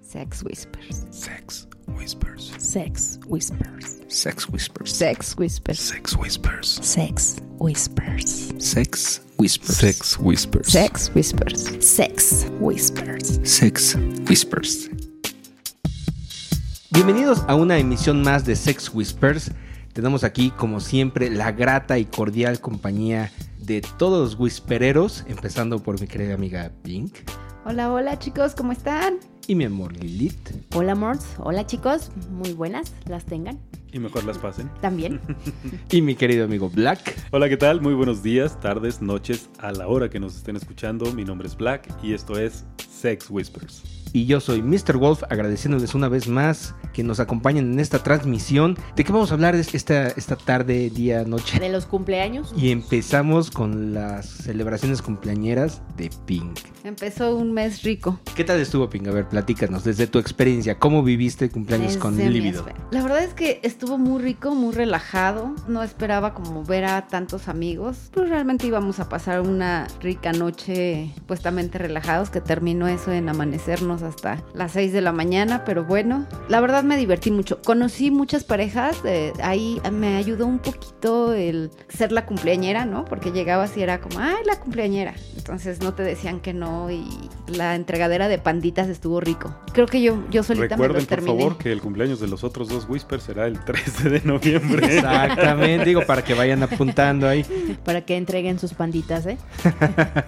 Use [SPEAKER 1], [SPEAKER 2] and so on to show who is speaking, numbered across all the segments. [SPEAKER 1] Sex Whispers.
[SPEAKER 2] Sex Whispers.
[SPEAKER 3] Sex Whispers.
[SPEAKER 2] Sex Whispers.
[SPEAKER 1] Sex Whispers.
[SPEAKER 2] Sex Whispers.
[SPEAKER 3] Sex Whispers.
[SPEAKER 2] Sex Whispers.
[SPEAKER 4] Sex Whispers.
[SPEAKER 1] Sex Whispers.
[SPEAKER 3] Sex Whispers.
[SPEAKER 2] Sex Whispers.
[SPEAKER 5] Bienvenidos a una emisión más de Sex Whispers. Tenemos aquí, como siempre, la grata y cordial compañía de todos los whispereros, empezando por mi querida amiga Pink
[SPEAKER 1] Hola, hola chicos, ¿cómo están?
[SPEAKER 5] y mi amor Lilith.
[SPEAKER 3] Hola, Mors. Hola, chicos. Muy buenas. Las tengan.
[SPEAKER 4] Y mejor las pasen.
[SPEAKER 3] También.
[SPEAKER 5] Y mi querido amigo Black.
[SPEAKER 4] Hola, ¿qué tal? Muy buenos días, tardes, noches, a la hora que nos estén escuchando. Mi nombre es Black y esto es Sex Whispers.
[SPEAKER 5] Y yo soy Mr. Wolf, agradeciéndoles una vez más que nos acompañen en esta transmisión. ¿De qué vamos a hablar esta, esta tarde, día, noche?
[SPEAKER 3] De los cumpleaños.
[SPEAKER 5] Y empezamos con las celebraciones cumpleañeras de Pink.
[SPEAKER 1] Empezó un mes rico.
[SPEAKER 5] ¿Qué tal estuvo, Pink? A ver, platícanos desde tu experiencia. ¿Cómo viviste cumpleaños
[SPEAKER 1] Desde
[SPEAKER 5] con
[SPEAKER 1] mi
[SPEAKER 5] Lívido?
[SPEAKER 1] esfera. La verdad es que estuvo muy rico, muy relajado. No esperaba como ver a tantos amigos. Pues realmente íbamos a pasar una rica noche supuestamente relajados, que terminó eso en amanecernos hasta las 6 de la mañana. Pero bueno, la verdad me divertí mucho. Conocí muchas parejas. eh, ahí me ayudó un poquito el ser la cumpleañera, ¿no? Porque llegabas y era como, ¡ay, la cumpleañera! Entonces no te decían que no y la entregadera de panditas estuvo rico. Creo que yo, yo solita me
[SPEAKER 4] Recuerden,
[SPEAKER 1] los
[SPEAKER 4] por
[SPEAKER 1] terminé.
[SPEAKER 4] favor, que el cumpleaños de los otros dos Whispers será el 13 de noviembre.
[SPEAKER 5] Exactamente, digo, para que vayan apuntando ahí.
[SPEAKER 3] Para que entreguen sus panditas, ¿eh?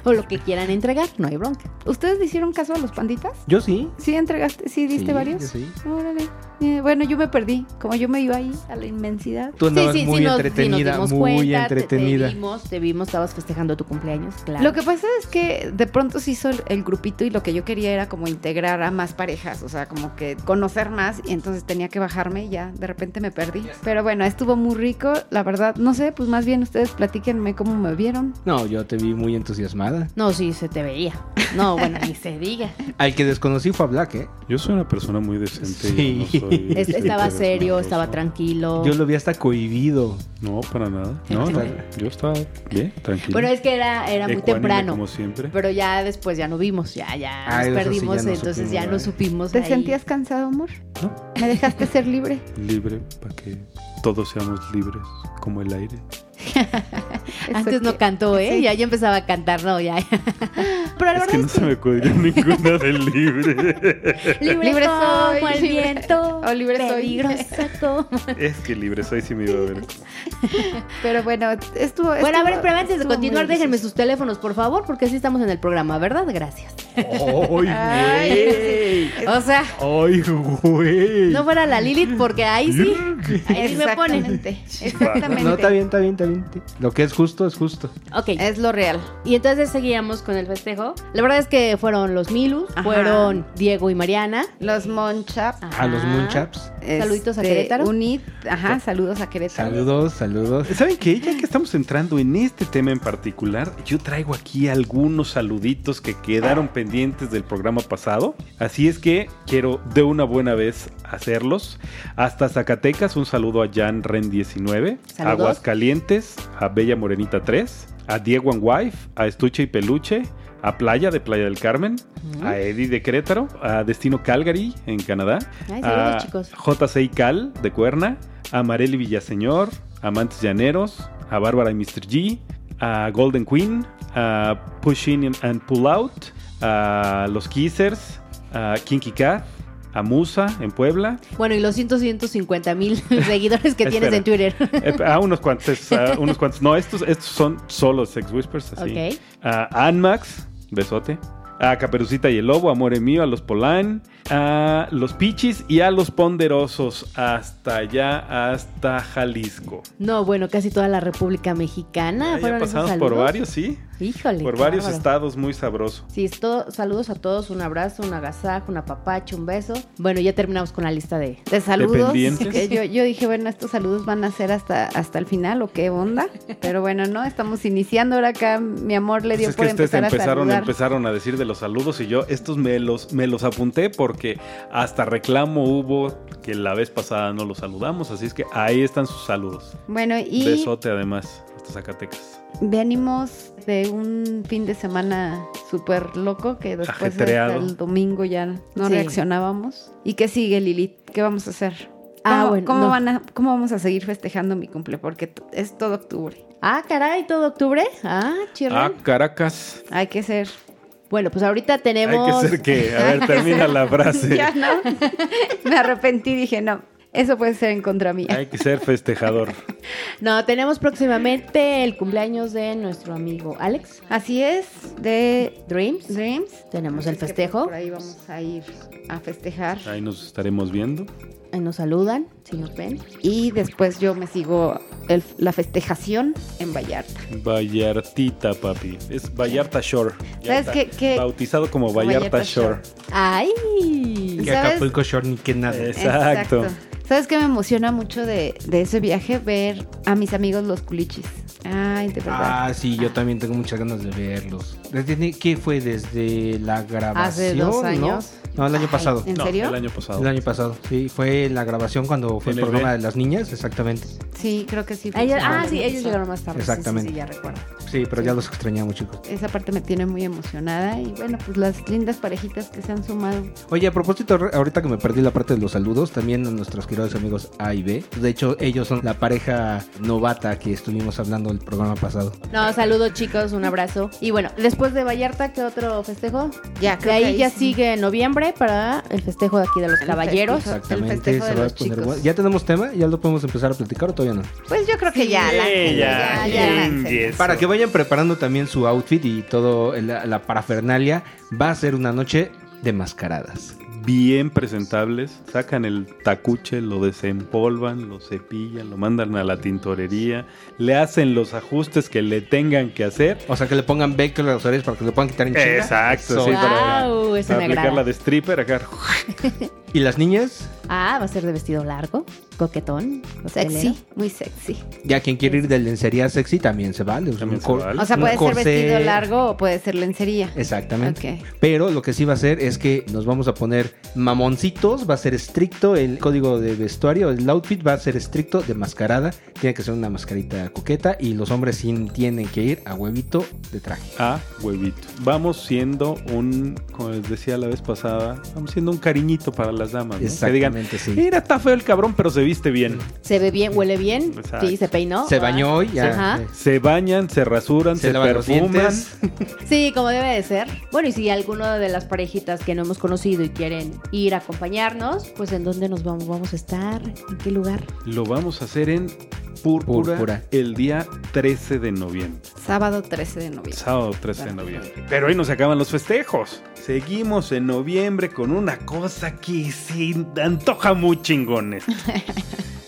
[SPEAKER 3] o lo que quieran entregar. No hay bronca.
[SPEAKER 1] ¿Ustedes le hicieron caso a los panditas?
[SPEAKER 5] Yo sí.
[SPEAKER 1] ¿Sí entregaste? ¿Sí diste
[SPEAKER 5] Sí,
[SPEAKER 1] varios?
[SPEAKER 5] yo sí.
[SPEAKER 1] Órale. Eh, bueno, yo me perdí. Como yo me iba ahí a la inmensidad.
[SPEAKER 5] Tú andabas muy
[SPEAKER 3] nos-
[SPEAKER 5] entretenida,
[SPEAKER 3] nos dimos
[SPEAKER 5] muy
[SPEAKER 3] cuenta, te-
[SPEAKER 5] entretenida.
[SPEAKER 3] Te, vimos, te vimos, estabas festejando tu cumpleaños, claro.
[SPEAKER 1] Lo que pasa es que de pronto se hizo el- el grupito y lo que yo quería era como integrar a más parejas, o sea, como que conocer más y entonces tenía que bajarme y ya de repente me perdí. Pero bueno, estuvo muy rico, la verdad, no sé, pues más bien ustedes platíquenme cómo me vieron.
[SPEAKER 5] No, yo te vi muy entusiasmada.
[SPEAKER 3] No, sí, se te veía. No, bueno, ni se diga.
[SPEAKER 5] Al que desconocí fue a Black, ¿eh?
[SPEAKER 4] Yo soy una persona muy decente. yo no
[SPEAKER 5] Sí.
[SPEAKER 4] soy-
[SPEAKER 3] Es- estaba
[SPEAKER 4] soy
[SPEAKER 3] serio,
[SPEAKER 4] desmadroso.
[SPEAKER 3] estaba tranquilo.
[SPEAKER 5] Yo lo vi hasta cohibido.
[SPEAKER 4] No, para nada. No, no, yo estaba bien, tranquilo.
[SPEAKER 3] Pero es que era, era muy
[SPEAKER 4] Ecuánime,
[SPEAKER 3] temprano.
[SPEAKER 4] Como siempre.
[SPEAKER 3] Pero ya después ya no vimos, ya, ya
[SPEAKER 5] Ay,
[SPEAKER 3] nos
[SPEAKER 5] eso sí,
[SPEAKER 3] perdimos,
[SPEAKER 5] ya no
[SPEAKER 3] entonces
[SPEAKER 5] supimos,
[SPEAKER 3] ya no
[SPEAKER 5] ¿verdad?
[SPEAKER 3] supimos.
[SPEAKER 1] ¿Te
[SPEAKER 3] Pues ahí.
[SPEAKER 1] sentías cansado, amor?
[SPEAKER 4] No.
[SPEAKER 1] ¿Me dejaste ser libre?
[SPEAKER 4] Libre para que todos seamos libres, como el aire.
[SPEAKER 1] Eso
[SPEAKER 3] Antes no
[SPEAKER 1] que-
[SPEAKER 3] cantó, ¿eh?
[SPEAKER 1] Sí.
[SPEAKER 3] Ya, ya empezaba a cantar, no, ya. Pero la
[SPEAKER 4] Es que
[SPEAKER 3] verdad
[SPEAKER 4] no se me acuerdo ninguna del libre.
[SPEAKER 3] es libre,
[SPEAKER 1] Libre
[SPEAKER 3] como
[SPEAKER 1] soy,
[SPEAKER 3] el
[SPEAKER 1] libre-
[SPEAKER 3] viento,
[SPEAKER 1] o libre soy.
[SPEAKER 3] peligrosa como-
[SPEAKER 4] es que libre soy si me iba a ver.
[SPEAKER 1] Pero bueno, estuvo...
[SPEAKER 3] Bueno, a ver,
[SPEAKER 1] estuvo-
[SPEAKER 3] pero antes de
[SPEAKER 1] estuvo muy
[SPEAKER 3] continuar, déjenme
[SPEAKER 1] delicioso.
[SPEAKER 3] sus teléfonos, por favor, porque así estamos en el programa, ¿verdad? Gracias.
[SPEAKER 4] É
[SPEAKER 1] Ay,
[SPEAKER 3] O sea,
[SPEAKER 4] ¡Ay, güey!
[SPEAKER 3] no fuera la Lilith, porque ahí sí, ahí sí me ponen.
[SPEAKER 1] Exactamente. Exactamente.
[SPEAKER 5] No, está bien, está bien, está bien. Lo que es justo es justo.
[SPEAKER 3] Ok,
[SPEAKER 1] Es lo real.
[SPEAKER 3] Y entonces seguíamos con el festejo. La verdad es que fueron los Milus,
[SPEAKER 1] Ajá.
[SPEAKER 3] fueron Diego y Mariana.
[SPEAKER 1] Los Monchap.
[SPEAKER 5] A los Moonchaps.
[SPEAKER 3] Saluditos a Querétaro.
[SPEAKER 1] Unid. Ajá, saludos a Querétaro.
[SPEAKER 5] Saludos, saludos.
[SPEAKER 4] ¿Saben qué? Ya que estamos entrando en este tema en particular, yo traigo aquí algunos saluditos que quedaron pendientes del programa pasado. Así es que quiero de una buena vez hacerlos. Hasta Zacatecas, un saludo a Jan Ren 19, a
[SPEAKER 3] Saludos.
[SPEAKER 4] Aguascalientes, a Bella Morenita 3, a Diego and Wife, a Estuche y Peluche, a Playa de Playa del Carmen, a Eddie de Querétaro, a Destino Calgary en Canadá,
[SPEAKER 3] Ay, saludos,
[SPEAKER 4] a
[SPEAKER 3] chicos.
[SPEAKER 4] JCI Cal de Cuerna, a Marely Villaseñor, a Mantes Llaneros, a Bárbara y Mr. G, a Golden Queen, a Push In and Pull Out, a Los Kissers, a Kinky Cat, a Musa en Puebla,
[SPEAKER 3] Bueno, y los 100, 150 mil seguidores que tienes
[SPEAKER 4] Espera.
[SPEAKER 3] en Twitter.
[SPEAKER 4] eh, a unos cuantos, es, a unos cuantos. No, estos, estos son solo Sex Whispers, así.
[SPEAKER 3] Ok.
[SPEAKER 4] A Anmax, besote. A Caperucita y el Lobo, Amore Mío, a los Polán, a los Pichis y a los Ponderosos, hasta allá, hasta Jalisco.
[SPEAKER 3] No, bueno, casi toda la República Mexicana.
[SPEAKER 4] Ah, ya
[SPEAKER 3] fueron esos
[SPEAKER 4] pasamos por
[SPEAKER 3] saludos.
[SPEAKER 4] varios, sí.
[SPEAKER 3] Híjole.
[SPEAKER 4] Por
[SPEAKER 3] qué
[SPEAKER 4] varios
[SPEAKER 3] bárbaro.
[SPEAKER 4] estados, muy sabroso.
[SPEAKER 3] Sí, es todo- saludos a todos, un abrazo, un agasajo, un apapacho, un beso. Bueno, ya terminamos con la lista de...
[SPEAKER 1] De saludos.
[SPEAKER 4] Dependientes.
[SPEAKER 1] que yo, yo dije, bueno, estos saludos van a ser hasta, hasta el final o qué onda. Pero bueno, no, estamos iniciando ahora acá. Mi amor le dio
[SPEAKER 4] Pues es
[SPEAKER 1] por
[SPEAKER 4] que ustedes
[SPEAKER 1] empezar a
[SPEAKER 4] empezaron,
[SPEAKER 1] saludar.
[SPEAKER 4] empezaron a decir de los saludos y yo estos me los, me los apunté porque hasta reclamo hubo que la vez pasada no los saludamos, así es que ahí están sus saludos.
[SPEAKER 1] Bueno, y
[SPEAKER 4] Besote además. hasta Zacatecas.
[SPEAKER 1] Venimos de un fin de semana súper loco que después
[SPEAKER 4] Ajetreado.
[SPEAKER 1] hasta el domingo ya no
[SPEAKER 3] Sí.
[SPEAKER 1] reaccionábamos. ¿Y qué sigue, Lilith? ¿Qué vamos a hacer?
[SPEAKER 3] Ah,
[SPEAKER 1] ¿Cómo,
[SPEAKER 3] bueno,
[SPEAKER 1] cómo
[SPEAKER 3] no.
[SPEAKER 1] van a- cómo vamos a seguir festejando mi cumple? Porque t- es todo octubre.
[SPEAKER 3] Ah, caray, todo octubre. Ah,
[SPEAKER 4] Ah,
[SPEAKER 3] chirrón.
[SPEAKER 4] Caracas.
[SPEAKER 1] Hay que ser.
[SPEAKER 3] Bueno, pues ahorita tenemos.
[SPEAKER 4] Hay que ser que. A ver, termina la frase.
[SPEAKER 1] ya no. Me arrepentí dije, no, eso puede ser en contra mía.
[SPEAKER 4] Hay que ser festejador.
[SPEAKER 3] No, tenemos próximamente el cumpleaños de nuestro amigo Alex
[SPEAKER 1] Así es, de
[SPEAKER 3] Dreams.
[SPEAKER 1] Dreams.
[SPEAKER 3] Tenemos el
[SPEAKER 1] Es que
[SPEAKER 3] festejo.
[SPEAKER 1] Por ahí vamos a ir a festejar.
[SPEAKER 4] Ahí nos estaremos viendo.
[SPEAKER 3] Ahí nos saludan, si nos ven.
[SPEAKER 1] Y después yo me sigo el- la festejación en Vallarta.
[SPEAKER 4] Vallartita, papi. Es Vallarta Shore. Ya
[SPEAKER 1] ¿Sabes
[SPEAKER 4] está.
[SPEAKER 1] qué- qué?
[SPEAKER 4] Bautizado como Vallarta,
[SPEAKER 1] Vallarta
[SPEAKER 4] Shore.
[SPEAKER 3] ¡Ay!
[SPEAKER 1] ¿Sabes?
[SPEAKER 5] Que Acapulco Shore ni que nada.
[SPEAKER 4] Es- Exacto.
[SPEAKER 1] ¿Sabes qué me emociona mucho de, de ese viaje? Ver a mis amigos los culichis. Ay, de verdad.
[SPEAKER 5] Ah, sí, yo también tengo muchas ganas de verlos. Desde, ¿Qué fue? ¿Desde la grabación?
[SPEAKER 3] dos
[SPEAKER 5] no?
[SPEAKER 3] años.
[SPEAKER 5] No, el año pasado.
[SPEAKER 1] ¿En
[SPEAKER 4] No,
[SPEAKER 1] serio?
[SPEAKER 4] el año pasado.
[SPEAKER 5] El año pasado, sí. Fue la grabación cuando fue el
[SPEAKER 4] En el
[SPEAKER 5] programa
[SPEAKER 4] B.
[SPEAKER 5] de las niñas, exactamente.
[SPEAKER 1] Sí, creo que sí. fue
[SPEAKER 3] Ellos-
[SPEAKER 1] el año
[SPEAKER 3] ah, sí, ellos
[SPEAKER 1] pasado.
[SPEAKER 3] llegaron más tarde. Sí, sí,
[SPEAKER 5] Exactamente.
[SPEAKER 3] Sí, ya recuerdo.
[SPEAKER 5] Sí, pero ya los extrañamos, chicos.
[SPEAKER 1] Esa parte me tiene muy emocionada. Y bueno, pues las lindas parejitas que se han sumado.
[SPEAKER 5] Oye, a propósito, re- ahorita que me perdí la parte de los saludos, también a nuestros queridos amigos A y B. De hecho, ellos son la pareja novata que estuvimos hablando el programa pasado.
[SPEAKER 3] No, saludos chicos, un abrazo. Y bueno, después de Vallarta, ¿qué otro festejo?
[SPEAKER 1] Ya,
[SPEAKER 3] De
[SPEAKER 1] creo
[SPEAKER 3] ahí,
[SPEAKER 1] que
[SPEAKER 3] ya
[SPEAKER 1] sí.
[SPEAKER 3] sigue en noviembre para el festejo de aquí de los
[SPEAKER 1] El
[SPEAKER 3] caballeros.
[SPEAKER 1] festejo. El
[SPEAKER 5] Exactamente,
[SPEAKER 1] festejo
[SPEAKER 5] se
[SPEAKER 1] de
[SPEAKER 5] va a
[SPEAKER 1] los
[SPEAKER 5] poner
[SPEAKER 1] chicos.
[SPEAKER 5] guay. ¿Ya tenemos tema? ¿Ya lo podemos empezar a platicar o todavía no?
[SPEAKER 1] Pues yo creo que ya, láncenlo, ya,
[SPEAKER 4] Ella,
[SPEAKER 1] ya,
[SPEAKER 4] en
[SPEAKER 1] láncenlo.
[SPEAKER 4] yeso.
[SPEAKER 5] Para que vayan preparando también su outfit y todo el- la, parafernalia, va a ser una noche de mascaradas.
[SPEAKER 4] bien presentables, sacan el tacuche, lo desempolvan, lo cepillan, lo mandan a la tintorería, le hacen los ajustes que le tengan que hacer.
[SPEAKER 5] O sea, que le pongan beck a las orejas para que le puedan quitar en chinga.
[SPEAKER 4] Exacto, sí,
[SPEAKER 5] Sobre-
[SPEAKER 4] para,
[SPEAKER 3] Guau, eso
[SPEAKER 4] para
[SPEAKER 3] me agrada.
[SPEAKER 4] aplicar la de stripper acá.
[SPEAKER 5] ¿Y las niñas?
[SPEAKER 3] Ah, va a ser de vestido largo, coquetón,
[SPEAKER 1] Sexy,
[SPEAKER 3] pastelero.
[SPEAKER 1] muy sexy.
[SPEAKER 5] Ya quien quiere ir de lencería sexy también se vale. o sea,
[SPEAKER 4] También
[SPEAKER 5] un
[SPEAKER 4] se
[SPEAKER 5] cor-
[SPEAKER 4] vale.
[SPEAKER 1] O sea,
[SPEAKER 5] un
[SPEAKER 1] puede ser
[SPEAKER 5] corsé.
[SPEAKER 1] vestido largo o puede ser lencería.
[SPEAKER 5] Exactamente.
[SPEAKER 1] Ok.
[SPEAKER 5] Pero lo que sí va a ser es que nos vamos a poner mamoncitos, va a ser estricto el código de vestuario, el outfit va a ser estricto de mascarada, tiene que ser una mascarita coqueta y los hombres sí tienen que ir a huevito de traje.
[SPEAKER 4] A huevito. Vamos siendo un, como les decía la vez pasada, vamos siendo un cariñito para las damas. ¿no? Que digan,
[SPEAKER 5] Exactamente, sí.
[SPEAKER 4] mira, está feo el cabrón, pero se viste bien.
[SPEAKER 3] Se ve bien, huele bien.
[SPEAKER 4] Exacto.
[SPEAKER 3] Sí, se peinó.
[SPEAKER 5] Se bañó hoy, ya.
[SPEAKER 3] Ajá.
[SPEAKER 5] eh,
[SPEAKER 4] Se bañan, se rasuran, se,
[SPEAKER 5] Se lavan los
[SPEAKER 4] perfuman.
[SPEAKER 5] dientes.
[SPEAKER 3] Sí, como debe de ser. Bueno, y si alguno de las parejitas que no hemos conocido y quieren ir a acompañarnos, pues ¿en dónde nos vamos? ¿Vamos a estar? ¿En qué lugar?
[SPEAKER 4] Lo vamos a hacer en Púrpura,
[SPEAKER 5] Púrpura.
[SPEAKER 4] el día 13 de noviembre.
[SPEAKER 1] Sábado 13 de noviembre.
[SPEAKER 4] Sábado 13 de noviembre. Pero hoy no se acaban los festejos. Seguimos en noviembre con una cosa que se antoja muy chingones.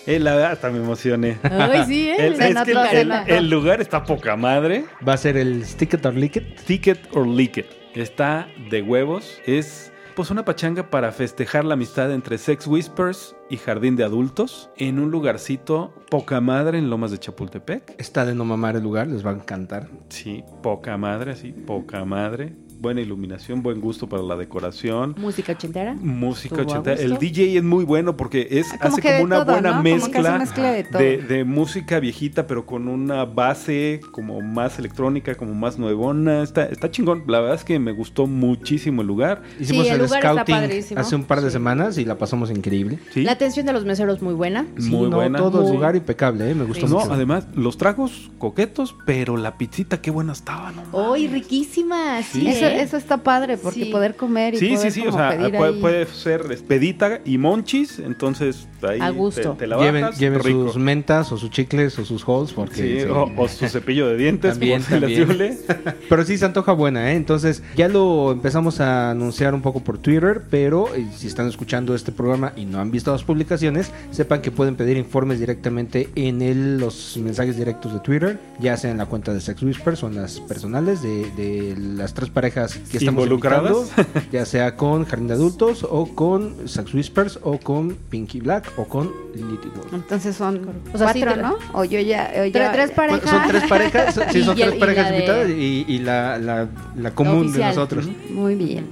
[SPEAKER 4] Eh, la verdad, hasta me emocioné.
[SPEAKER 3] Ay, sí, ¿eh?
[SPEAKER 4] El,
[SPEAKER 1] se
[SPEAKER 4] es
[SPEAKER 1] notó,
[SPEAKER 4] que el-
[SPEAKER 1] se
[SPEAKER 4] el-
[SPEAKER 1] notó.
[SPEAKER 4] el lugar está poca madre.
[SPEAKER 5] Va a ser el sticket or lick it.
[SPEAKER 4] Ticket or Licket. Está de huevos. Es pues una pachanga para festejar la amistad entre Sex Whispers y Jardín de Adultos en un lugarcito poca madre en Lomas de Chapultepec.
[SPEAKER 5] Está de no mamar el lugar, les va a encantar.
[SPEAKER 4] Sí, poca madre, sí, poca madre. Buena iluminación, buen gusto para la decoración.
[SPEAKER 3] Música ochentera.
[SPEAKER 4] Música
[SPEAKER 3] ¿Estuvo a
[SPEAKER 4] 80. El
[SPEAKER 3] gusto?
[SPEAKER 4] DJ es muy bueno porque es,
[SPEAKER 1] Ah, Como
[SPEAKER 4] hace
[SPEAKER 1] que
[SPEAKER 4] como
[SPEAKER 1] de
[SPEAKER 4] una
[SPEAKER 1] todo,
[SPEAKER 4] buena
[SPEAKER 1] ¿no? Como que hace
[SPEAKER 4] mezcla,
[SPEAKER 1] mezcla de todo.
[SPEAKER 4] de, de música viejita, pero con una base como más electrónica, como más nuevona. Está, está chingón. La verdad es que me gustó muchísimo el lugar.
[SPEAKER 5] Hicimos
[SPEAKER 3] el
[SPEAKER 5] el,
[SPEAKER 3] lugar está
[SPEAKER 5] scouting
[SPEAKER 3] padrísimo.
[SPEAKER 5] hace un par de semanas y la pasamos increíble.
[SPEAKER 4] Sí.
[SPEAKER 3] La atención de los meseros muy buena.
[SPEAKER 5] Sí,
[SPEAKER 4] muy
[SPEAKER 5] no,
[SPEAKER 4] buena.
[SPEAKER 5] Todo
[SPEAKER 4] Muy-
[SPEAKER 5] el lugar impecable, eh, me gustó
[SPEAKER 3] Sí.
[SPEAKER 4] No,
[SPEAKER 5] mucho.
[SPEAKER 4] además, los tragos coquetos, pero la pizzita, qué buena estaba, ¿no?
[SPEAKER 3] ¡Ay, riquísima! Sí,
[SPEAKER 1] Eso,
[SPEAKER 3] ¿eh?
[SPEAKER 1] eso está padre, porque
[SPEAKER 3] Sí.
[SPEAKER 1] poder comer y
[SPEAKER 4] Sí, sí,
[SPEAKER 1] poder
[SPEAKER 4] sí, o
[SPEAKER 1] como
[SPEAKER 4] sea,
[SPEAKER 1] pedir
[SPEAKER 4] puede,
[SPEAKER 1] ahí.
[SPEAKER 4] puede ser este, pedita y monchis, entonces ahí
[SPEAKER 3] A gusto.
[SPEAKER 4] Te, te la
[SPEAKER 5] lleven
[SPEAKER 4] bajas,
[SPEAKER 5] lleven
[SPEAKER 4] rico.
[SPEAKER 5] sus mentas o sus chicles o sus holes porque
[SPEAKER 4] Sí,
[SPEAKER 5] sí.
[SPEAKER 4] O, o su cepillo de dientes,
[SPEAKER 5] También,
[SPEAKER 4] por si las
[SPEAKER 5] también.
[SPEAKER 4] duele.
[SPEAKER 5] Pero sí se antoja buena, ¿eh? Entonces ya lo empezamos a anunciar un poco por Twitter, pero eh, si están escuchando este programa y no han visto las publicaciones, sepan que pueden pedir informes directamente en el- los mensajes directos de Twitter, ya sea en la cuenta de Sex Whispers o en las personales de, de las tres parejas que estamos
[SPEAKER 4] Involucradas.
[SPEAKER 5] invitando, ya sea con Jardín de Adultos o con Sex Whispers o con Pinky Black o con Lilith Wolf.
[SPEAKER 1] Entonces son
[SPEAKER 3] O sea, sí,
[SPEAKER 1] cuatro,
[SPEAKER 3] tre-
[SPEAKER 1] ¿no? O yo ya... o
[SPEAKER 3] Tres-
[SPEAKER 1] ya-
[SPEAKER 3] tres
[SPEAKER 5] Bueno,
[SPEAKER 3] parejas.
[SPEAKER 5] son tres parejas, son- sí, son
[SPEAKER 3] Y el-
[SPEAKER 5] tres
[SPEAKER 3] y
[SPEAKER 5] parejas
[SPEAKER 3] la de-
[SPEAKER 5] invitadas y, y la, la- la común de
[SPEAKER 3] Oficial.
[SPEAKER 5] nosotros.
[SPEAKER 1] Muy bien.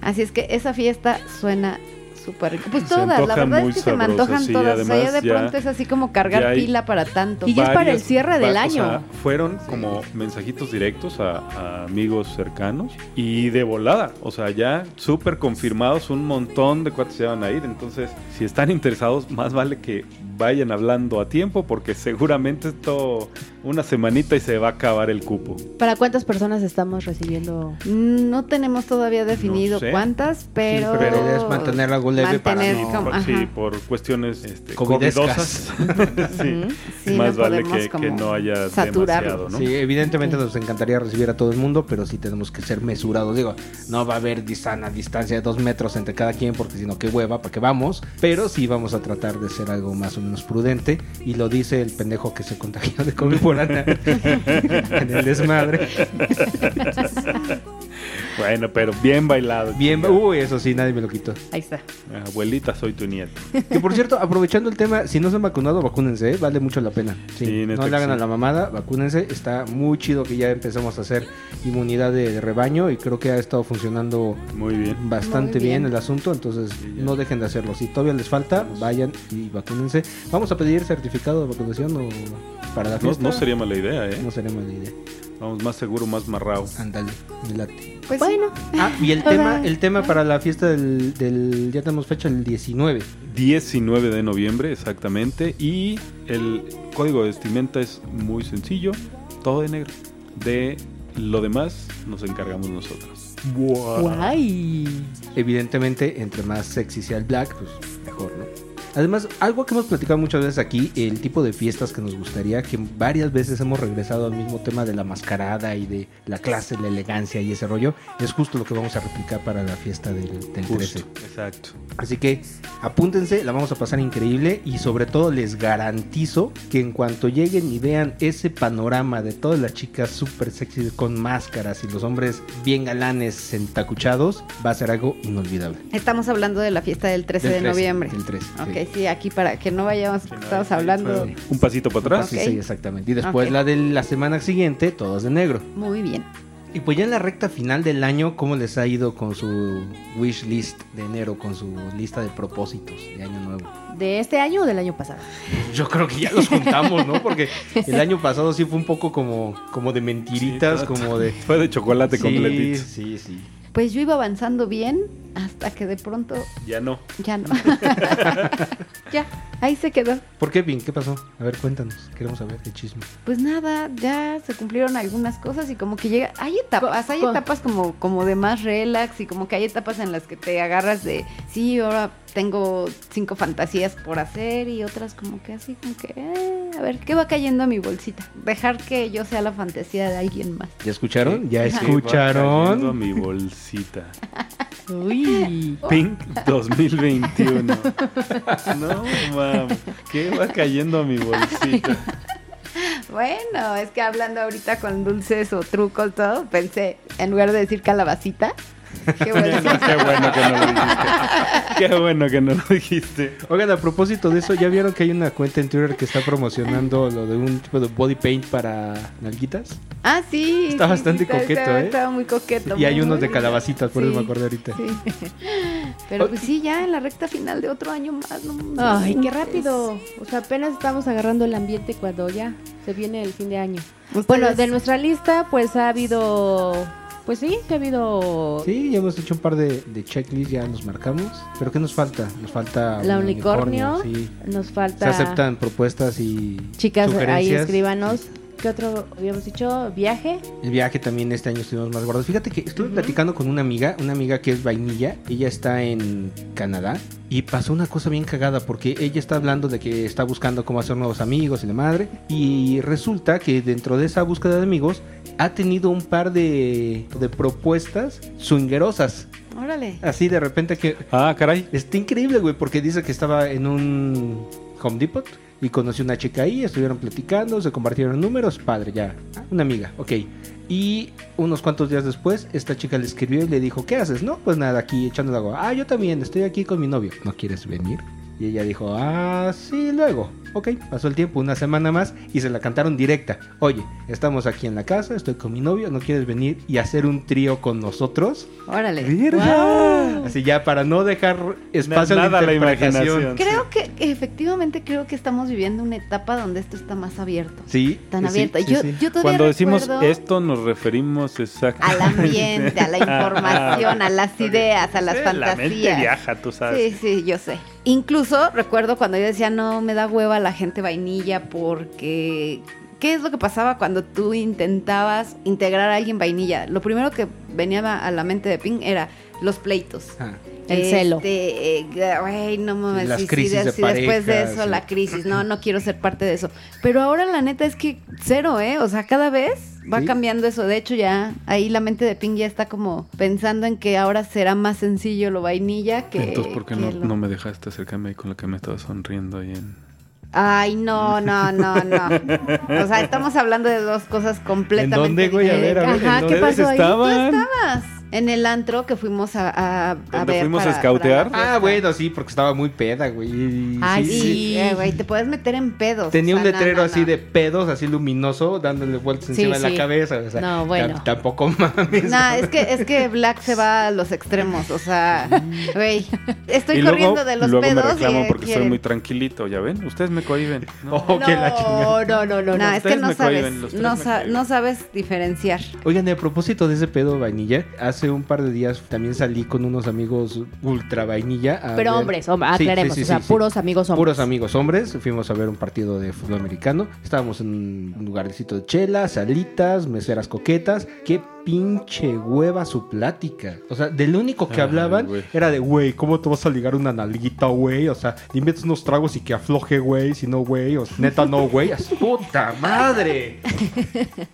[SPEAKER 1] Así es que esa fiesta suena súper rico. Pues
[SPEAKER 4] Se
[SPEAKER 1] todas, la
[SPEAKER 4] antoja
[SPEAKER 1] verdad
[SPEAKER 4] muy
[SPEAKER 1] es que se me
[SPEAKER 4] sabroso,
[SPEAKER 1] antojan
[SPEAKER 4] sí,
[SPEAKER 1] todas. O sea, ya
[SPEAKER 4] además
[SPEAKER 1] de
[SPEAKER 4] ya-
[SPEAKER 1] pronto es así como cargar
[SPEAKER 4] ya hay ah.
[SPEAKER 1] pila para tanto.
[SPEAKER 3] Y ya- es para el cierre del
[SPEAKER 4] va- o sea,
[SPEAKER 3] año.
[SPEAKER 4] fueron como mensajitos directos a, a amigos cercanos y de volada. O sea, ya súper confirmados un montón de cuates se van a ir. Entonces, si están interesados, más vale que vayan hablando a tiempo porque seguramente esto una semanita y se va a acabar el cupo.
[SPEAKER 3] ¿Para cuántas personas estamos recibiendo?
[SPEAKER 1] No tenemos todavía definido
[SPEAKER 4] sé.
[SPEAKER 1] cuántas, pero.
[SPEAKER 5] pero la idea es mantenerla algo leve para
[SPEAKER 1] mantener
[SPEAKER 5] no-
[SPEAKER 1] como-
[SPEAKER 4] Por- sí,
[SPEAKER 1] ajá.
[SPEAKER 4] por cuestiones este,
[SPEAKER 5] Covidescas.
[SPEAKER 4] covidosas.
[SPEAKER 3] Ujú.
[SPEAKER 4] sí.
[SPEAKER 1] Sí,
[SPEAKER 4] más
[SPEAKER 1] no
[SPEAKER 4] vale
[SPEAKER 1] podemos
[SPEAKER 4] que, que
[SPEAKER 1] como
[SPEAKER 4] no haya
[SPEAKER 1] saturarlo.
[SPEAKER 4] demasiado, ¿no?
[SPEAKER 5] Sí, evidentemente nos encantaría recibir a todo el mundo, pero sí tenemos que ser mesurados. Digo, no va a haber dis- sana distancia de dos metros entre cada quien, porque si no, qué hueva, ¿para qué vamos? Pero sí vamos a tratar de ser algo más o menos prudente. Y lo dice el pendejo que se contagió de COVID por andar en el desmadre.
[SPEAKER 4] Bueno, pero bien bailado.
[SPEAKER 5] Bien, uh.
[SPEAKER 4] chingada.
[SPEAKER 5] uy, eso sí, nadie me lo quitó.
[SPEAKER 3] Ahí está.
[SPEAKER 4] Abuelita, soy tu nieto.
[SPEAKER 5] Que por cierto, aprovechando el tema, si no se han vacunado, vacúnense, ¿eh? vale mucho la pena. Sí,
[SPEAKER 4] Sí, neta
[SPEAKER 5] no
[SPEAKER 4] que
[SPEAKER 5] le hagan
[SPEAKER 4] sí.
[SPEAKER 5] a la mamada, vacúnense. Está muy chido que ya empezamos a hacer inmunidad de, de rebaño y creo que ha estado funcionando
[SPEAKER 4] Muy bien.
[SPEAKER 5] bastante
[SPEAKER 1] Muy bien.
[SPEAKER 5] bien. el asunto, entonces
[SPEAKER 4] Sí, ya.
[SPEAKER 5] no dejen de hacerlo. Si todavía les falta, vayan y vacúnense. Vamos a pedir certificado de vacunación o para la
[SPEAKER 4] No,
[SPEAKER 5] fiesta.
[SPEAKER 4] no Ah. sería mala idea, ¿eh?
[SPEAKER 5] No sería mala idea.
[SPEAKER 4] Vamos más seguro, más marrao.
[SPEAKER 5] Ándale, me late.
[SPEAKER 1] Pues sí.
[SPEAKER 3] Bueno,
[SPEAKER 5] Ah, y el tema, el tema para la fiesta del, del- ya tenemos fecha el 19.
[SPEAKER 4] 19 de noviembre, exactamente. Y el código de vestimenta es muy sencillo. Todo de negro. De lo demás nos encargamos nosotros.
[SPEAKER 3] guay.
[SPEAKER 5] Evidentemente, entre más sexy sea el black, pues mejor, ¿no? Además, algo que hemos platicado muchas veces aquí, el tipo de fiestas que nos gustaría, que varias veces hemos regresado al mismo tema de la mascarada y de la clase, la elegancia y ese rollo, es justo lo que vamos a replicar para la fiesta del, del 13.
[SPEAKER 4] Justo. Exacto.
[SPEAKER 5] Así que apúntense, la vamos a pasar increíble y sobre todo les garantizo que en cuanto lleguen y vean ese panorama de todas las chicas súper sexy con máscaras y los hombres bien galanes entacuchados, va a ser algo inolvidable.
[SPEAKER 1] Estamos hablando de la fiesta del 13
[SPEAKER 5] Del
[SPEAKER 1] de
[SPEAKER 5] 13,
[SPEAKER 1] noviembre.
[SPEAKER 5] del 13,
[SPEAKER 1] Ok, sí, aquí para que no vayamos,
[SPEAKER 4] Que no
[SPEAKER 1] estamos
[SPEAKER 4] hay-
[SPEAKER 1] hablando.
[SPEAKER 4] fue Un pasito para atrás.
[SPEAKER 5] Sí,
[SPEAKER 1] Ok.
[SPEAKER 5] sí, exactamente. Y después
[SPEAKER 1] Ok.
[SPEAKER 5] la de la semana siguiente, todas de negro.
[SPEAKER 1] Muy bien.
[SPEAKER 5] Y pues ya en la recta final del año, ¿cómo les ha ido con su wish list de enero, con su lista de propósitos de año nuevo?
[SPEAKER 3] ¿De este año o del año pasado?
[SPEAKER 5] Pues Yo creo que ya los juntamos, ¿no? Porque el año pasado sí fue un poco como, como de mentiritas,
[SPEAKER 4] Sí, todo-
[SPEAKER 5] como de...
[SPEAKER 4] Fue de chocolate
[SPEAKER 5] Sí,
[SPEAKER 4] completito.
[SPEAKER 5] sí, sí.
[SPEAKER 1] Pues yo iba avanzando bien hasta que de pronto
[SPEAKER 4] Ya no.
[SPEAKER 1] ya no. ya, ahí se quedó.
[SPEAKER 5] ¿Por qué, Pin? ¿Qué pasó? A ver, cuéntanos. Queremos saber el chisme.
[SPEAKER 1] Pues nada, ya se cumplieron algunas cosas y como que llega, hay etapas, hay
[SPEAKER 3] con-
[SPEAKER 1] etapas como, como de más relax y como que hay etapas en las que te agarras de, sí, ahora tengo cinco fantasías por hacer y otras como que así, como que, eh, a ver, ¿qué va cayendo a mi bolsita? Dejar que yo sea la fantasía de alguien más.
[SPEAKER 5] ¿Ya escucharon? Ya
[SPEAKER 4] Sí, va cayendo a
[SPEAKER 5] escucharon.
[SPEAKER 4] mi bolsita.
[SPEAKER 3] Uy.
[SPEAKER 4] Pink 2021. No, mam. ¿Qué va cayendo a mi bolsita?
[SPEAKER 1] Bueno, es que hablando ahorita con dulces o trucos, todo, pensé, en lugar de decir calabacita, qué bueno.
[SPEAKER 4] Qué bueno que no lo dijiste. Qué bueno que no lo dijiste.
[SPEAKER 5] Oigan, a propósito de eso, ¿ya vieron que hay una cuenta en Twitter que está promocionando lo de un tipo de body paint para nalguitas?
[SPEAKER 1] Ah, sí.
[SPEAKER 5] Está
[SPEAKER 1] sí,
[SPEAKER 5] bastante
[SPEAKER 1] sí, está-
[SPEAKER 5] coqueto,
[SPEAKER 1] está-
[SPEAKER 5] ¿eh?
[SPEAKER 1] Estaba muy coqueto.
[SPEAKER 5] Y hay
[SPEAKER 1] muy
[SPEAKER 5] unos de
[SPEAKER 1] bien.
[SPEAKER 5] calabacitas, por eso
[SPEAKER 1] Sí,
[SPEAKER 5] me Oh, acordé ahorita.
[SPEAKER 1] sí. Pero pues sí, ya en la recta final de otro año más. No, no,
[SPEAKER 3] Ay,
[SPEAKER 1] no,
[SPEAKER 3] qué
[SPEAKER 1] es-
[SPEAKER 3] rápido. O sea, apenas estamos agarrando el ambiente cuando ya se viene el fin de año.
[SPEAKER 1] Ustedes-
[SPEAKER 3] Bueno, de nuestra lista, pues ha habido. Pues sí, que ha habido.
[SPEAKER 5] Sí, ya hemos hecho un par de, de checklists, ya nos marcamos. ¿Pero qué nos falta? Nos falta...
[SPEAKER 3] La
[SPEAKER 5] un
[SPEAKER 3] unicornio.
[SPEAKER 5] sí.
[SPEAKER 3] Nos
[SPEAKER 5] Se
[SPEAKER 3] falta.
[SPEAKER 5] aceptan propuestas y
[SPEAKER 3] Chicas, ahí
[SPEAKER 5] sugerencias.
[SPEAKER 3] escríbanos. ¿Qué otro habíamos dicho? ¿Viaje?
[SPEAKER 5] El viaje también este año estuvimos más gordos. Fíjate que estuve platicando con una amiga, una amiga que es vainilla, ella está en Canadá y pasó una cosa bien cagada porque ella está hablando de que está buscando cómo hacer nuevos amigos y la madre y resulta que dentro de esa búsqueda de amigos ha tenido un par de, de propuestas swingerosas,
[SPEAKER 1] Órale.
[SPEAKER 5] así de repente que
[SPEAKER 4] Ah, caray.
[SPEAKER 5] Está increíble, güey, porque dice que estaba en un Home Depot y conoció una chica ahí, estuvieron platicando, se compartieron números, padre, ya, una amiga, ok. Y unos cuantos días después, esta chica le escribió y le dijo, ¿qué haces? No, pues nada, aquí echando el agua. Ah, yo también, estoy aquí con mi novio. ¿No quieres venir? Y ella dijo, ah, sí, luego. Ok, pasó el tiempo, una semana más, y se la cantaron directa. Oye, estamos aquí en la casa, estoy con mi novio, ¿no quieres venir y hacer un trío con nosotros?
[SPEAKER 1] Órale.
[SPEAKER 5] ¡Virga! Así ya, para no dejar espacio a
[SPEAKER 4] Nada
[SPEAKER 5] la
[SPEAKER 4] a la
[SPEAKER 5] interpretación.
[SPEAKER 4] imaginación.
[SPEAKER 1] Creo que, efectivamente, creo que estamos viviendo una etapa donde esto está más abierto.
[SPEAKER 5] Sí.
[SPEAKER 1] Tan
[SPEAKER 5] sí,
[SPEAKER 1] abierto.
[SPEAKER 5] sí,
[SPEAKER 1] yo,
[SPEAKER 5] sí.
[SPEAKER 1] yo todavía
[SPEAKER 4] Cuando decimos
[SPEAKER 1] recuerdo
[SPEAKER 4] esto nos referimos exactamente
[SPEAKER 1] al ambiente,
[SPEAKER 5] Ah,
[SPEAKER 1] a la información, a las ideas, a las
[SPEAKER 4] Sí,
[SPEAKER 1] fantasías.
[SPEAKER 4] La mente viaja, tú sabes.
[SPEAKER 1] Sí, sí, yo sé. Incluso recuerdo cuando yo decía, no, me da hueva la gente vainilla porque... ¿Qué es lo que pasaba cuando tú intentabas integrar a alguien vainilla? Lo primero que venía a la mente de Ping era los pleitos.
[SPEAKER 5] Ah,
[SPEAKER 3] El celo.
[SPEAKER 1] Este, eh, güey, no mames,
[SPEAKER 5] Las
[SPEAKER 1] sí, sí,
[SPEAKER 5] crisis
[SPEAKER 1] de-
[SPEAKER 5] de
[SPEAKER 1] sí, después de
[SPEAKER 5] pareja,
[SPEAKER 1] eso,
[SPEAKER 5] sí.
[SPEAKER 1] la crisis, no, no quiero ser parte de eso. Pero ahora la neta es que cero, ¿eh? O sea, cada vez va
[SPEAKER 5] Sí.
[SPEAKER 1] cambiando eso. De hecho, ya ahí la mente de Ping ya está como pensando en que ahora será más sencillo lo vainilla que.
[SPEAKER 4] Entonces, ¿por qué
[SPEAKER 1] que
[SPEAKER 4] no,
[SPEAKER 1] lo-
[SPEAKER 4] no me dejaste acercarme ahí con la que me estaba sonriendo ahí en...
[SPEAKER 1] Ay, no, no, no, no. O sea, estamos hablando de dos cosas completamente.
[SPEAKER 5] ¿En dónde, güey? A ver, a ver,
[SPEAKER 1] diferentes. Ajá,
[SPEAKER 5] ¿en
[SPEAKER 1] ¿qué
[SPEAKER 4] dónde
[SPEAKER 1] pasó ahí?
[SPEAKER 4] estaban?
[SPEAKER 1] ¿Tú estabas? En el antro que fuimos a, a, a
[SPEAKER 4] ¿Dónde
[SPEAKER 1] ver
[SPEAKER 4] fuimos a
[SPEAKER 1] para- para
[SPEAKER 4] escautear?
[SPEAKER 1] la
[SPEAKER 5] Ah,
[SPEAKER 1] fiesta.
[SPEAKER 5] bueno, sí, porque estaba muy peda, güey.
[SPEAKER 1] Ay,
[SPEAKER 5] Sí,
[SPEAKER 1] sí,
[SPEAKER 5] sí.
[SPEAKER 1] eh, güey, te puedes meter en pedos.
[SPEAKER 5] Tenía
[SPEAKER 1] o
[SPEAKER 5] un
[SPEAKER 1] sea, no,
[SPEAKER 5] letrero
[SPEAKER 1] no,
[SPEAKER 5] así
[SPEAKER 1] no.
[SPEAKER 5] de pedos, así luminoso, dándole vueltas
[SPEAKER 3] Sí,
[SPEAKER 5] encima de
[SPEAKER 3] sí.
[SPEAKER 5] la cabeza. o sea,
[SPEAKER 3] No,
[SPEAKER 5] tam-
[SPEAKER 3] bueno.
[SPEAKER 5] Tampoco mames.
[SPEAKER 1] No, es que, es que Black se va a los extremos, o sea, güey, estoy
[SPEAKER 4] y
[SPEAKER 1] corriendo
[SPEAKER 4] luego,
[SPEAKER 1] de los
[SPEAKER 4] luego
[SPEAKER 1] pedos.
[SPEAKER 4] me
[SPEAKER 1] y,
[SPEAKER 4] reclaman
[SPEAKER 1] eh,
[SPEAKER 4] porque soy
[SPEAKER 1] quieren-
[SPEAKER 4] muy tranquilito, ¿ya ven? Ustedes me cohiben. ¿no?
[SPEAKER 5] Oh, que la chingada.
[SPEAKER 3] no, no, no,
[SPEAKER 1] No,
[SPEAKER 3] no.
[SPEAKER 1] es que
[SPEAKER 4] ustedes
[SPEAKER 1] no
[SPEAKER 4] me
[SPEAKER 1] sabes,
[SPEAKER 4] cohiben, los tres
[SPEAKER 1] no,
[SPEAKER 4] me
[SPEAKER 1] sa-
[SPEAKER 4] cohiben.
[SPEAKER 1] no sabes diferenciar.
[SPEAKER 5] Oigan, y a propósito de ese pedo vainilla, hace un par de días también salí con unos amigos ultra vainilla. a
[SPEAKER 3] Pero
[SPEAKER 5] ver-
[SPEAKER 3] hombres, hom-
[SPEAKER 5] Sí, sí,
[SPEAKER 3] aclaremos,
[SPEAKER 5] sí,
[SPEAKER 3] o sea,
[SPEAKER 5] sí, sí.
[SPEAKER 3] puros amigos hombres.
[SPEAKER 5] Puros amigos hombres, fuimos a ver un partido de fútbol americano. Estábamos en un lugarcito de chelas, salitas, meseras coquetas. Qué pinche hueva su plática. O sea, del único que
[SPEAKER 4] Ay,
[SPEAKER 5] hablaban
[SPEAKER 4] güey.
[SPEAKER 5] era de, güey, ¿cómo te vas a ligar una nalguita, güey? O sea, le inventas unos tragos y que afloje, güey. Si no, güey, o neta, no, güey. Así, ¡Puta madre!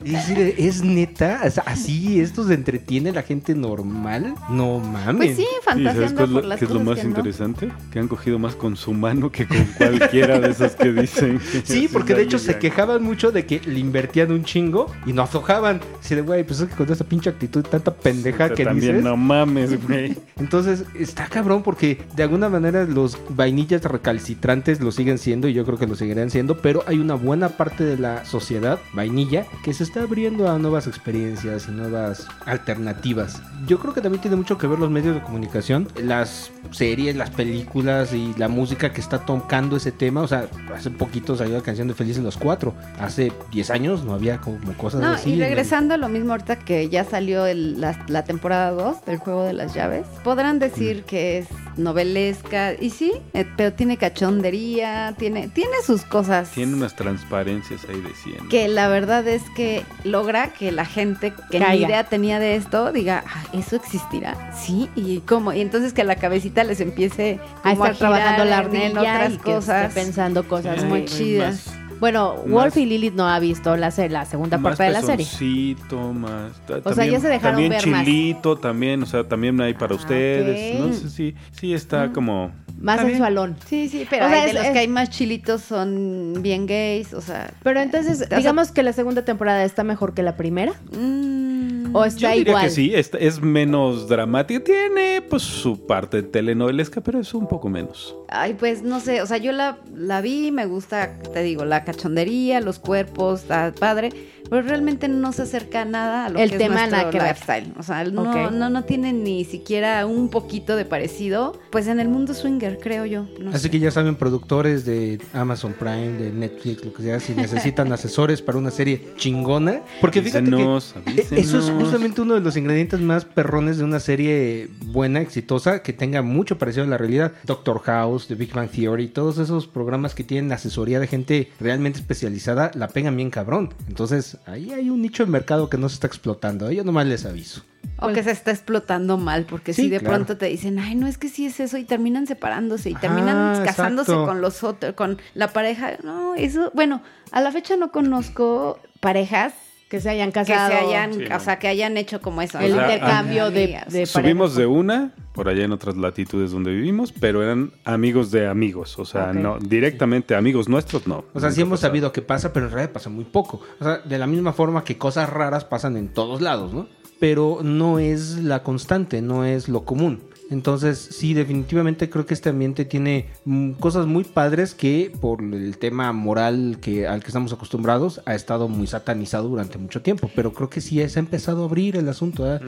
[SPEAKER 5] Y Es, decir, es neta, o sea, así esto se entretiene la gente normal. No mames.
[SPEAKER 1] Pues sí,
[SPEAKER 4] ¿Y sabes
[SPEAKER 1] fantaseando
[SPEAKER 4] cuál es lo-
[SPEAKER 1] por las
[SPEAKER 4] qué es lo
[SPEAKER 1] cosas
[SPEAKER 4] más
[SPEAKER 1] que no.
[SPEAKER 4] interesante? Que han cogido más con su mano que con cualquiera de esas que dicen. que
[SPEAKER 5] Sí,
[SPEAKER 4] es
[SPEAKER 5] porque de
[SPEAKER 4] una
[SPEAKER 5] hecho se
[SPEAKER 4] liga.
[SPEAKER 5] quejaban mucho de que le invertían un chingo y no aflojaban. Así de, güey, pues es que con esa pinche actitud y tanta pendeja
[SPEAKER 4] O sea,
[SPEAKER 5] que
[SPEAKER 4] también
[SPEAKER 5] dices.
[SPEAKER 4] no mames, güey.
[SPEAKER 5] Entonces, está cabrón porque de alguna manera los vainillas recalcitrantes lo siguen siendo y yo creo que lo seguirán siendo, pero hay una buena parte de la sociedad vainilla que se está abriendo a nuevas experiencias y nuevas alternativas. Yo creo que también tiene mucho que ver los medios de comunicación, las series, las películas y la música que está tocando ese tema. O sea, hace poquito salió la canción de Felices los Cuatro. Hace 10 años no había como cosas
[SPEAKER 1] No,
[SPEAKER 5] así.
[SPEAKER 1] y regresando a lo mismo ahorita que ya salió el- la, la temporada 2 del Juego de las Llaves, podrán decir que es novelesca, y sí, eh, pero tiene cachondería, tiene, tiene sus cosas.
[SPEAKER 4] Tiene unas transparencias ahí de 100.
[SPEAKER 1] que la verdad es que logra que la gente que ni
[SPEAKER 3] Caiga.
[SPEAKER 1] idea tenía de esto diga, "Ah, ¿eso existirá? Sí, ¿y cómo? Y entonces que la cabecita les empiece
[SPEAKER 3] A
[SPEAKER 1] como
[SPEAKER 3] estar
[SPEAKER 1] girar
[SPEAKER 3] trabajando la
[SPEAKER 1] en- en
[SPEAKER 3] ardilla
[SPEAKER 1] otras
[SPEAKER 3] y que
[SPEAKER 1] cosas.
[SPEAKER 3] esté pensando cosas
[SPEAKER 1] Sí.
[SPEAKER 3] muy
[SPEAKER 1] Ay,
[SPEAKER 3] chidas.
[SPEAKER 4] más-
[SPEAKER 3] Bueno, Wolf y Lilith no ha visto la, se- la segunda
[SPEAKER 4] más
[SPEAKER 3] parte de la serie.
[SPEAKER 4] pezoncito, más- ta-
[SPEAKER 1] O sea, ya se dejaron
[SPEAKER 4] también
[SPEAKER 1] ver más.
[SPEAKER 4] chilito, también, o sea, también hay para
[SPEAKER 1] Ah,
[SPEAKER 4] ustedes.
[SPEAKER 1] ok. Ah,
[SPEAKER 4] No sé si, sí está como.
[SPEAKER 3] Más
[SPEAKER 4] Está bien.
[SPEAKER 3] sensualón.
[SPEAKER 1] Sí, sí, pero
[SPEAKER 3] O sea,
[SPEAKER 1] hay de
[SPEAKER 3] es-
[SPEAKER 1] los
[SPEAKER 3] es-
[SPEAKER 1] que hay más chilitos son bien gays, o sea...
[SPEAKER 3] Pero entonces,
[SPEAKER 1] o sea,
[SPEAKER 3] digamos que la segunda temporada está mejor que la primera.
[SPEAKER 1] mm,
[SPEAKER 3] O está
[SPEAKER 4] Yo diría
[SPEAKER 3] igual.
[SPEAKER 4] que sí, es, es menos dramática. Tiene pues su parte telenovelesca, pero es un poco menos.
[SPEAKER 1] Ay, pues no sé, o sea, yo la, la vi, me gusta, te digo, la cachondería, los cuerpos, está padre, pero realmente no se acerca nada a lo
[SPEAKER 3] El
[SPEAKER 1] que
[SPEAKER 3] tema
[SPEAKER 1] es
[SPEAKER 3] nada
[SPEAKER 1] nuestro
[SPEAKER 3] que ver.
[SPEAKER 1] lifestyle. O sea, no,
[SPEAKER 3] Ok.
[SPEAKER 1] no, no tiene ni siquiera un poquito de parecido, pues en el mundo swinger, creo yo. no
[SPEAKER 5] Así
[SPEAKER 1] sé.
[SPEAKER 5] que ya saben, productores de Amazon Prime, de Netflix, lo que sea, si necesitan asesores para una serie chingona. Porque fíjate que
[SPEAKER 4] Avísenos,
[SPEAKER 5] eh, eso es
[SPEAKER 4] avísenos.
[SPEAKER 5] justamente uno de los ingredientes más perrones de una serie buena, exitosa, que tenga mucho parecido a la realidad. Doctor House, The Big Bang Theory, todos esos programas que tienen asesoría de gente realmente especializada, la pegan bien cabrón. Entonces, ahí hay un nicho de mercado que no se está explotando. ¿eh? Yo nomás les aviso.
[SPEAKER 1] O que se está explotando mal, porque
[SPEAKER 5] Sí,
[SPEAKER 1] si de
[SPEAKER 5] claro.
[SPEAKER 1] pronto te dicen, ay, no es que sí es eso, y terminan separándose, y
[SPEAKER 5] Ajá,
[SPEAKER 1] terminan casándose
[SPEAKER 5] exacto.
[SPEAKER 1] con los otros, con la pareja. No, eso, bueno, a la fecha no conozco parejas
[SPEAKER 3] Que se hayan
[SPEAKER 1] que se
[SPEAKER 3] casado.
[SPEAKER 1] hayan,
[SPEAKER 4] Sí,
[SPEAKER 1] o sea, que hayan hecho como eso.
[SPEAKER 3] El
[SPEAKER 4] O sea,
[SPEAKER 3] intercambio de,
[SPEAKER 1] amigas.
[SPEAKER 3] de
[SPEAKER 4] Subimos
[SPEAKER 3] pareja.
[SPEAKER 4] de una, por allá en otras latitudes donde vivimos, pero eran amigos de amigos. O sea,
[SPEAKER 3] Ok.
[SPEAKER 4] no, directamente amigos nuestros, no.
[SPEAKER 5] O sea, sí
[SPEAKER 4] Nunca
[SPEAKER 5] hemos
[SPEAKER 4] pasó.
[SPEAKER 5] sabido que pasa, pero en realidad pasa muy poco. O sea, de la misma forma que cosas raras pasan en todos lados, ¿no? Pero no es la constante, no es lo común. Entonces, sí, definitivamente creo que este ambiente tiene mm, cosas muy padres que por el tema moral que, al que estamos acostumbrados ha estado muy satanizado durante mucho tiempo, pero creo que sí se ha empezado a abrir el asunto. ¿eh?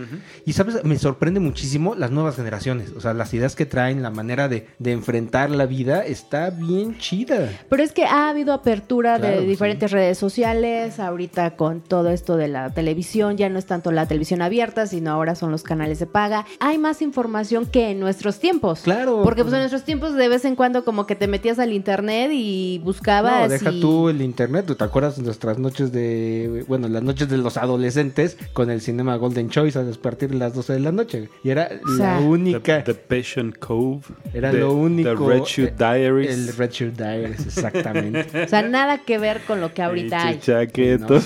[SPEAKER 5] Y sabes, me sorprende muchísimo las nuevas generaciones, o sea, las ideas que traen, la manera de, de enfrentar la vida está bien chida.
[SPEAKER 3] Pero es que ha habido apertura
[SPEAKER 5] Claro,
[SPEAKER 3] de diferentes redes sociales, ahorita con todo esto de la televisión, ya no es tanto la televisión abierta, sino ahora son los canales de paga. Hay más información que en nuestros tiempos.
[SPEAKER 5] Claro.
[SPEAKER 3] Porque pues en nuestros tiempos de vez en cuando como que te metías al internet y buscabas
[SPEAKER 5] No, deja
[SPEAKER 3] y-
[SPEAKER 5] tú el internet. ¿Te acuerdas de nuestras noches de. Bueno, las noches de los adolescentes con el cinema Golden Choice a partir de las 12 de la noche? Y era
[SPEAKER 3] O sea,
[SPEAKER 5] la única.
[SPEAKER 4] The, the Passion Cove.
[SPEAKER 5] era
[SPEAKER 4] the-
[SPEAKER 5] lo único.
[SPEAKER 4] The Red Shoe
[SPEAKER 5] eh,
[SPEAKER 4] Diaries.
[SPEAKER 5] El Red Shoe Diaries, exactamente.
[SPEAKER 3] O sea, nada que ver con lo que ahorita hay.
[SPEAKER 4] Chaquetos.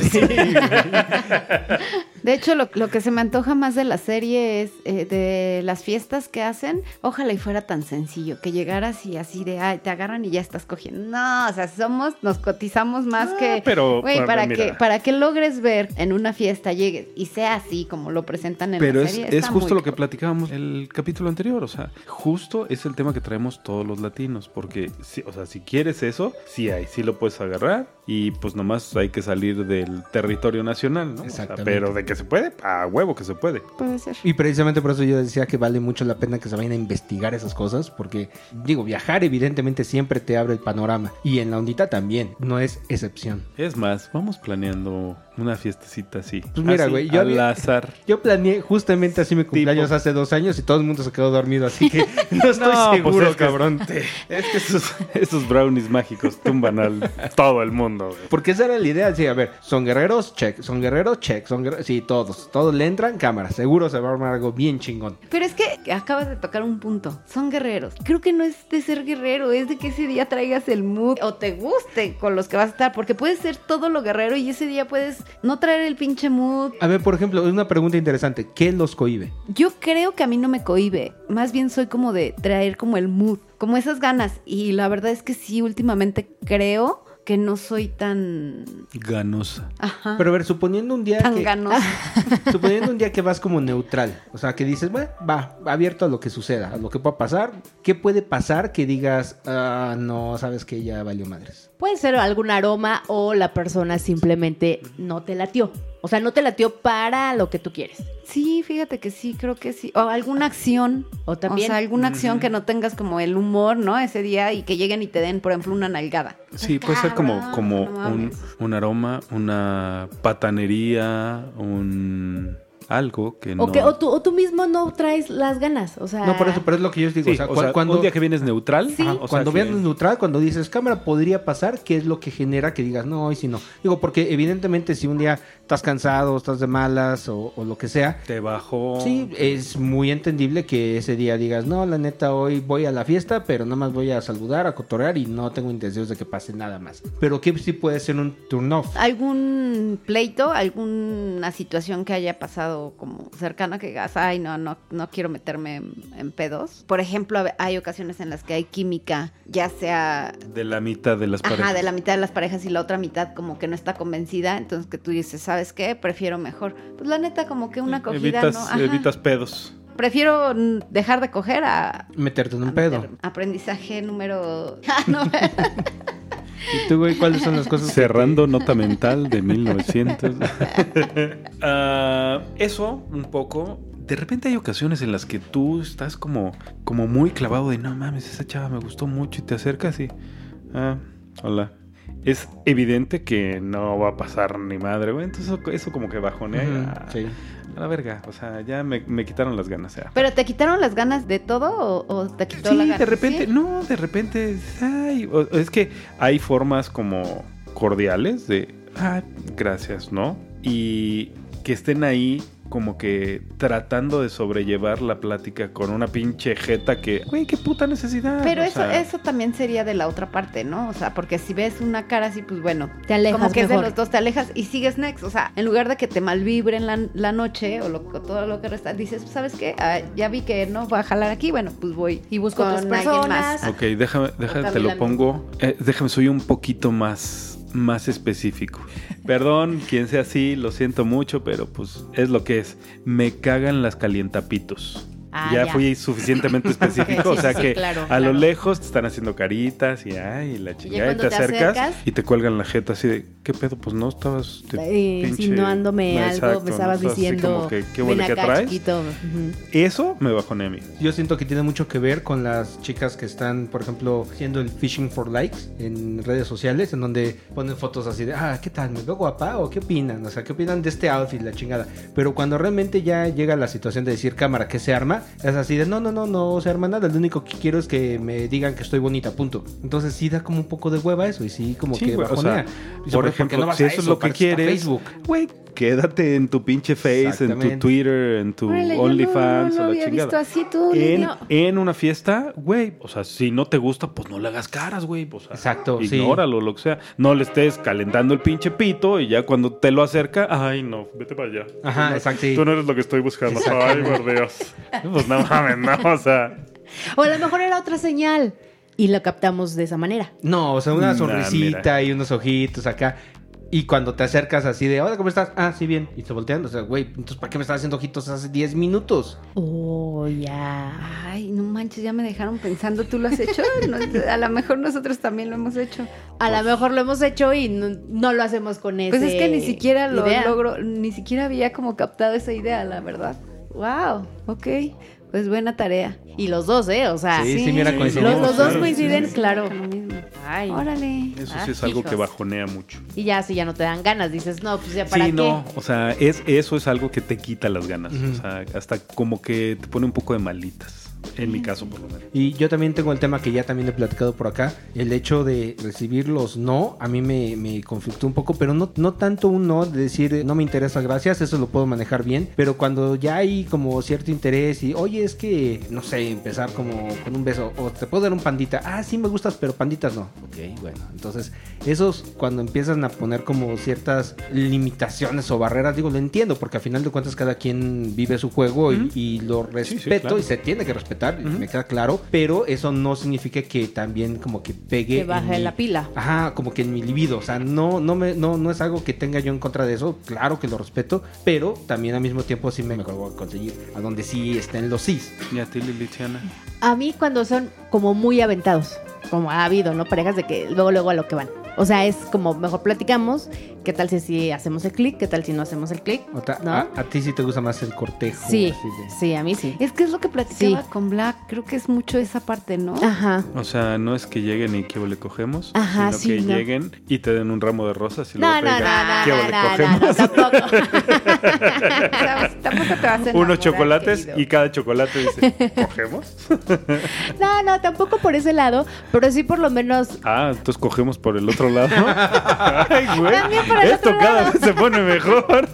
[SPEAKER 1] De hecho, lo, lo que se me antoja más de la serie es eh, de las fiestas que hacen. Ojalá y fuera tan sencillo, que llegaras y así de, ay, te agarran y ya estás cogiendo. No, o sea, somos, nos cotizamos más
[SPEAKER 4] Ah,
[SPEAKER 1] que...
[SPEAKER 4] pero-
[SPEAKER 1] Güey,
[SPEAKER 4] pero
[SPEAKER 1] para,
[SPEAKER 4] mira.
[SPEAKER 1] que, para que logres ver en una fiesta, llegues y sea así como lo presentan en
[SPEAKER 4] Pero
[SPEAKER 1] la
[SPEAKER 4] es,
[SPEAKER 1] serie.
[SPEAKER 4] es
[SPEAKER 1] está
[SPEAKER 4] justo
[SPEAKER 1] muy
[SPEAKER 4] lo que platicábamos el capítulo anterior, o sea, justo es el tema que traemos todos los latinos, porque, si, o sea, si quieres eso, sí hay, sí lo puedes agarrar y pues nomás hay que salir del territorio nacional, ¿no? O sea,
[SPEAKER 5] Exactamente.
[SPEAKER 4] pero de que se puede, a huevo que se puede.
[SPEAKER 1] Puede ser.
[SPEAKER 5] Y precisamente por eso yo decía que vale mucho la pena que se vayan a investigar esas cosas, porque, digo, viajar evidentemente siempre te abre el panorama. Y en la ondita también, no es excepción.
[SPEAKER 4] Es más, vamos planeando una fiestecita así.
[SPEAKER 5] Pues mira,
[SPEAKER 4] Así,
[SPEAKER 5] güey, yo
[SPEAKER 4] al
[SPEAKER 5] había-
[SPEAKER 4] azar.
[SPEAKER 5] Yo planeé justamente así mi cumpleaños hace dos años y todo el mundo se quedó dormido, así que no estoy
[SPEAKER 4] No, pues
[SPEAKER 5] seguro,
[SPEAKER 4] es que-
[SPEAKER 5] cabrón.
[SPEAKER 4] Es que esos, esos brownies mágicos tumban al todo el mundo, güey.
[SPEAKER 5] Porque esa era la idea, sí, a ver, son guerreros, check, son guerreros, check, son guerreros, sí, todos, todos le entran, cámara, seguro se va a armar algo bien chingón.
[SPEAKER 1] Pero es que acabas de tocar un punto. Son guerreros. Creo que no es de ser guerrero, es de que ese día traigas el mood o te guste con los que vas a estar. Porque puedes ser todo lo guerrero y ese día puedes no traer el pinche mood.
[SPEAKER 5] A ver, por ejemplo, es una pregunta interesante, ¿qué los cohíbe?
[SPEAKER 1] Yo creo que a mí no me cohíbe. Más bien soy como de traer como el mood, como esas ganas. Y la verdad es que sí, últimamente creo que no soy tan.
[SPEAKER 4] Ganosa.
[SPEAKER 1] Ajá.
[SPEAKER 5] Pero a ver, suponiendo un día
[SPEAKER 1] tan
[SPEAKER 5] que,
[SPEAKER 1] ganosa.
[SPEAKER 5] suponiendo un día que vas como neutral, o sea, que dices, bueno, va, abierto a lo que suceda, a lo que pueda pasar, ¿qué puede pasar que digas, ah, no, sabes que ya valió madres?
[SPEAKER 3] Puede ser algún aroma o la persona simplemente no te latió. O sea, no te latió para lo que tú quieres.
[SPEAKER 1] Sí, fíjate que sí, creo que sí. O alguna acción.
[SPEAKER 3] O
[SPEAKER 1] O
[SPEAKER 3] también-
[SPEAKER 1] sea, alguna acción que no tengas como el humor, ¿no? Ese día y que lleguen y te den, por ejemplo, una nalgada.
[SPEAKER 4] Sí, puede ser como,
[SPEAKER 1] Cabrón,
[SPEAKER 4] como
[SPEAKER 1] no
[SPEAKER 4] un,
[SPEAKER 1] mames.
[SPEAKER 4] un aroma, una patanería, un algo que no.
[SPEAKER 3] O, que, o, tú, o tú mismo no traes las ganas. O sea,
[SPEAKER 5] No, por eso, pero es lo que yo os digo,
[SPEAKER 4] Sí,
[SPEAKER 5] o sea,
[SPEAKER 4] o
[SPEAKER 5] cu-
[SPEAKER 4] sea,
[SPEAKER 5] cuando...
[SPEAKER 4] un día que vienes neutral,
[SPEAKER 5] Ajá,
[SPEAKER 4] o sea,
[SPEAKER 5] cuando
[SPEAKER 4] que-
[SPEAKER 5] veas neutral, cuando dices cámara, podría pasar, ¿qué es lo que genera que digas no y si no? Digo, porque evidentemente si un día estás cansado, estás de malas o, o lo que sea,
[SPEAKER 4] te bajó.
[SPEAKER 5] sí, es muy entendible que ese día digas no, la neta, hoy voy a la fiesta, pero nada más voy a saludar, a cotorear y no tengo intenciones de que pase nada más. Pero que sí puede ser un turn off.
[SPEAKER 1] Algún pleito, alguna situación que haya pasado como cercana que digas, ay, no, no, no quiero meterme en, en pedos. Por ejemplo, a ve- hay ocasiones en las que hay química, ya sea
[SPEAKER 4] De la mitad de las paredes.
[SPEAKER 1] Ajá, de la mitad de las parejas y la otra mitad como que no está convencida, entonces que tú dices, ¿sabes qué? Prefiero mejor. Pues la neta, como que una cogida,
[SPEAKER 4] evitas,
[SPEAKER 1] ¿no? Ajá.
[SPEAKER 4] evitas pedos.
[SPEAKER 1] Prefiero mm, dejar de coger a...
[SPEAKER 5] Meterte en
[SPEAKER 1] a
[SPEAKER 5] un pedo.
[SPEAKER 1] meter- Aprendizaje número... Ah, no.
[SPEAKER 5] ¿Y tú, güey, cuáles son las cosas? que
[SPEAKER 4] Cerrando nota mental de 1900. Ah, eso, un poco. De repente hay ocasiones en las que tú estás como, como muy clavado de no mames, esa chava me gustó mucho y te acercas y. Ah, hola. Es evidente que no va a pasar ni madre, güey. Entonces eso, eso como que
[SPEAKER 5] te-
[SPEAKER 4] bajonea. y,
[SPEAKER 5] Ujú,
[SPEAKER 4] ah,
[SPEAKER 5] sí.
[SPEAKER 4] A la verga. O sea, ya me, me quitaron las ganas. ya.
[SPEAKER 1] ¿Pero te quitaron las ganas de todo o, o te quitó
[SPEAKER 4] Sí,
[SPEAKER 1] la gana?
[SPEAKER 4] de repente,
[SPEAKER 1] ¿Sí?
[SPEAKER 4] no, de repente, es, ay, o- o es que hay formas como cordiales de, ay, gracias, ¿no? Y que estén ahí como que tratando de sobrellevar la plática con una pinche jeta que, güey, qué puta necesidad.
[SPEAKER 1] Pero
[SPEAKER 4] o
[SPEAKER 1] eso,
[SPEAKER 4] sea,
[SPEAKER 1] eso también sería de la otra parte, ¿no? O sea, porque si ves una cara así, pues bueno,
[SPEAKER 3] te alejas
[SPEAKER 1] como que es de
[SPEAKER 3] mejor.
[SPEAKER 1] los dos, te alejas y sigues next. O sea, en lugar de que te malvibren la, la noche o, lo- o todo lo que resta, dices, ¿sabes qué? Ah, ya vi que no va a jalar aquí, bueno, pues voy.
[SPEAKER 3] Y busco
[SPEAKER 1] con
[SPEAKER 3] otras
[SPEAKER 1] alguien
[SPEAKER 3] personas.
[SPEAKER 1] más.
[SPEAKER 4] Ok, déjame, déjame, te lo
[SPEAKER 1] caminando.
[SPEAKER 4] pongo. eh, déjame, soy un poquito más, más específico. Perdón, quien sea así, lo siento mucho, pero pues es lo que es. Me cagan las calientapitos.
[SPEAKER 3] Ah,
[SPEAKER 4] ya,
[SPEAKER 3] ya.
[SPEAKER 4] fui suficientemente específico,
[SPEAKER 3] Ok, sí,
[SPEAKER 4] o sea
[SPEAKER 3] sí,
[SPEAKER 4] que
[SPEAKER 3] claro,
[SPEAKER 4] a
[SPEAKER 3] claro.
[SPEAKER 4] lo lejos te están haciendo caritas y ay, la chingada, y
[SPEAKER 3] cuando
[SPEAKER 4] te
[SPEAKER 3] te
[SPEAKER 4] acercas,
[SPEAKER 3] acercas-
[SPEAKER 4] y te cuelgan la jeta así de, ¿qué pedo? Pues no estabas te-
[SPEAKER 3] Eh,
[SPEAKER 4] pinche-
[SPEAKER 3] insinuándome
[SPEAKER 4] no,
[SPEAKER 3] algo,
[SPEAKER 4] exacto,
[SPEAKER 3] me
[SPEAKER 4] no
[SPEAKER 3] estabas
[SPEAKER 4] estabas así
[SPEAKER 3] diciendo,
[SPEAKER 4] como que, ¿qué
[SPEAKER 3] ven
[SPEAKER 4] huele que
[SPEAKER 3] acá,
[SPEAKER 4] traes?
[SPEAKER 3] chiquito. Ujú.
[SPEAKER 4] Eso me bajó a mí.
[SPEAKER 5] Yo siento que tiene mucho que ver con las chicas que están, por ejemplo, haciendo el fishing for likes en redes sociales, en donde ponen fotos así de, ah, ¿qué tal? ¿Me veo guapa? ¿O qué opinan? O sea, ¿qué opinan de este outfit, la chingada? Pero cuando realmente ya llega la situación de decir, cámara, que se arma, es así de, no, no, no, no se arma nada. Lo único que quiero es que me digan que estoy bonita, punto. Entonces sí da como un poco de hueva eso y sí como
[SPEAKER 4] Sí,
[SPEAKER 5] que
[SPEAKER 4] güey, o
[SPEAKER 5] bajonea.
[SPEAKER 4] sea,
[SPEAKER 5] Y sobre todo
[SPEAKER 4] por
[SPEAKER 5] porque
[SPEAKER 4] ejemplo,
[SPEAKER 5] no vas
[SPEAKER 4] si
[SPEAKER 5] a
[SPEAKER 4] eso es lo que
[SPEAKER 5] para eso está
[SPEAKER 4] quieres,
[SPEAKER 5] Facebook.
[SPEAKER 4] Güey, quédate en tu pinche Face, en tu
[SPEAKER 5] Exactamente.
[SPEAKER 4] Twitter, en tu
[SPEAKER 1] Órale, yo no-
[SPEAKER 4] OnlyFans
[SPEAKER 1] no, lo
[SPEAKER 4] o la
[SPEAKER 1] había
[SPEAKER 4] chingada.
[SPEAKER 1] visto así tú.
[SPEAKER 4] en,
[SPEAKER 1] no.
[SPEAKER 4] en una fiesta, güey, o sea, si no te gusta, pues no le hagas caras, güey. O sea,
[SPEAKER 5] Exacto, sí.
[SPEAKER 4] Ignóralo, lo que sea. No le estés calentando el pinche pito y ya cuando te lo acerca, ay, no, vete para allá.
[SPEAKER 5] Ajá, exacto. sí.
[SPEAKER 4] Tú no eres lo que estoy buscando. Ay, por Dios. Pues no mames, no, o sea.
[SPEAKER 3] O a lo mejor era otra señal y la captamos de esa manera.
[SPEAKER 5] No, o sea, una
[SPEAKER 4] Nah,
[SPEAKER 5] sonrisita y unos ojitos acá. Y cuando te acercas así de, hola, ¿cómo estás? Ah, sí, bien. Y te voltean, o sea, güey, entonces, ¿para qué me estás haciendo ojitos hace 10 minutos?
[SPEAKER 3] Oh, ya.
[SPEAKER 1] Ay, no manches, ya me dejaron pensando, ¿tú lo has hecho? No, a lo mejor nosotros también lo hemos hecho.
[SPEAKER 3] A lo mejor lo hemos hecho y no, no lo hacemos con ese
[SPEAKER 1] Pues es que ni siquiera lo
[SPEAKER 3] idea.
[SPEAKER 1] logro, ni siquiera había como captado esa idea, la verdad. Wow, ok, pues buena tarea.
[SPEAKER 3] Y los dos, ¿eh? O sea,
[SPEAKER 5] Sí, sí, mira,
[SPEAKER 4] sí,
[SPEAKER 3] los,
[SPEAKER 5] coincidimos.
[SPEAKER 3] los
[SPEAKER 4] sí,
[SPEAKER 3] dos
[SPEAKER 4] sí,
[SPEAKER 3] coinciden, claro.
[SPEAKER 1] Lo mismo.
[SPEAKER 3] Ay.
[SPEAKER 1] Órale.
[SPEAKER 4] Eso
[SPEAKER 3] Ah,
[SPEAKER 4] sí es algo que
[SPEAKER 3] hijos.
[SPEAKER 4] bajonea mucho.
[SPEAKER 3] Y ya, si ya no te dan ganas, dices, no, pues ya para
[SPEAKER 4] Sí,
[SPEAKER 3] qué.
[SPEAKER 4] no, o sea, es, eso es algo que te quita las ganas. O
[SPEAKER 5] Ujú.
[SPEAKER 4] sea, hasta como que te pone un poco de malitas. En mi caso, por lo menos.
[SPEAKER 5] Y yo también tengo el tema que ya también he platicado por acá. El hecho de recibir los no, a mí me, me conflictó un poco, pero no, no tanto un no de decir eh, no me interesa, gracias, eso lo puedo manejar bien. Pero cuando ya hay como cierto interés y oye, es que no sé, empezar como con un beso o te puedo dar un pandita, ah, sí me gustas, pero panditas no. Ok, bueno, entonces esos cuando empiezan a poner como ciertas limitaciones o barreras, digo, lo entiendo, porque al final de cuentas cada quien vive su juego y, y lo
[SPEAKER 4] sí,
[SPEAKER 5] respeto
[SPEAKER 4] claro.
[SPEAKER 5] y se tiene que respetar,
[SPEAKER 4] Ujú.
[SPEAKER 5] me queda claro, pero eso no significa que también como que pegue.
[SPEAKER 3] Que baje
[SPEAKER 5] en mi-
[SPEAKER 3] la pila.
[SPEAKER 5] Ajá, como que en mi libido, o sea, no, no, me, no, no es algo que tenga yo en contra de eso, claro que lo respeto, pero también al mismo tiempo sí me, me voy a conseguir a donde sí estén los sís.
[SPEAKER 4] ¿Y a ti, Liliana?
[SPEAKER 3] A mí cuando son como muy aventados, como ha habido, ¿no? Parejas de que luego, luego a lo que van. O sea, es como mejor platicamos, qué tal si, sí hacemos el clic, qué tal si no hacemos el clic.
[SPEAKER 5] O ta-
[SPEAKER 3] ¿No?
[SPEAKER 4] ah,
[SPEAKER 5] a, a ti sí te gusta más el cortejo.
[SPEAKER 3] Sí,
[SPEAKER 5] así de-
[SPEAKER 3] sí, a mí sí.
[SPEAKER 1] Es que es lo que platicaba
[SPEAKER 3] Sí.
[SPEAKER 1] con Black, creo que es mucho esa parte, ¿no?
[SPEAKER 3] Ajá.
[SPEAKER 4] O sea, no es que lleguen y que le cogemos,
[SPEAKER 3] Ajá,
[SPEAKER 4] sino
[SPEAKER 3] sí,
[SPEAKER 4] que
[SPEAKER 3] no.
[SPEAKER 4] lleguen y te den un ramo de rosas y luego
[SPEAKER 3] No, no,
[SPEAKER 4] te
[SPEAKER 3] no,
[SPEAKER 4] digan,
[SPEAKER 3] no,
[SPEAKER 4] "¿Qué
[SPEAKER 3] no,
[SPEAKER 4] ole,
[SPEAKER 3] no, no,
[SPEAKER 4] cogemos?".
[SPEAKER 3] no, tampoco.
[SPEAKER 1] O sea, pues, tampoco te vas a enamorar,
[SPEAKER 4] Unos chocolates
[SPEAKER 1] querido.
[SPEAKER 4] y cada chocolate dice, ¿cogemos?
[SPEAKER 3] No, no, tampoco por ese lado, pero sí por lo menos
[SPEAKER 4] Ah, entonces cogemos por el otro lado. Ay, güey.
[SPEAKER 3] También por el
[SPEAKER 4] Esto
[SPEAKER 3] otro
[SPEAKER 4] cada
[SPEAKER 3] lado.
[SPEAKER 4] vez se pone mejor.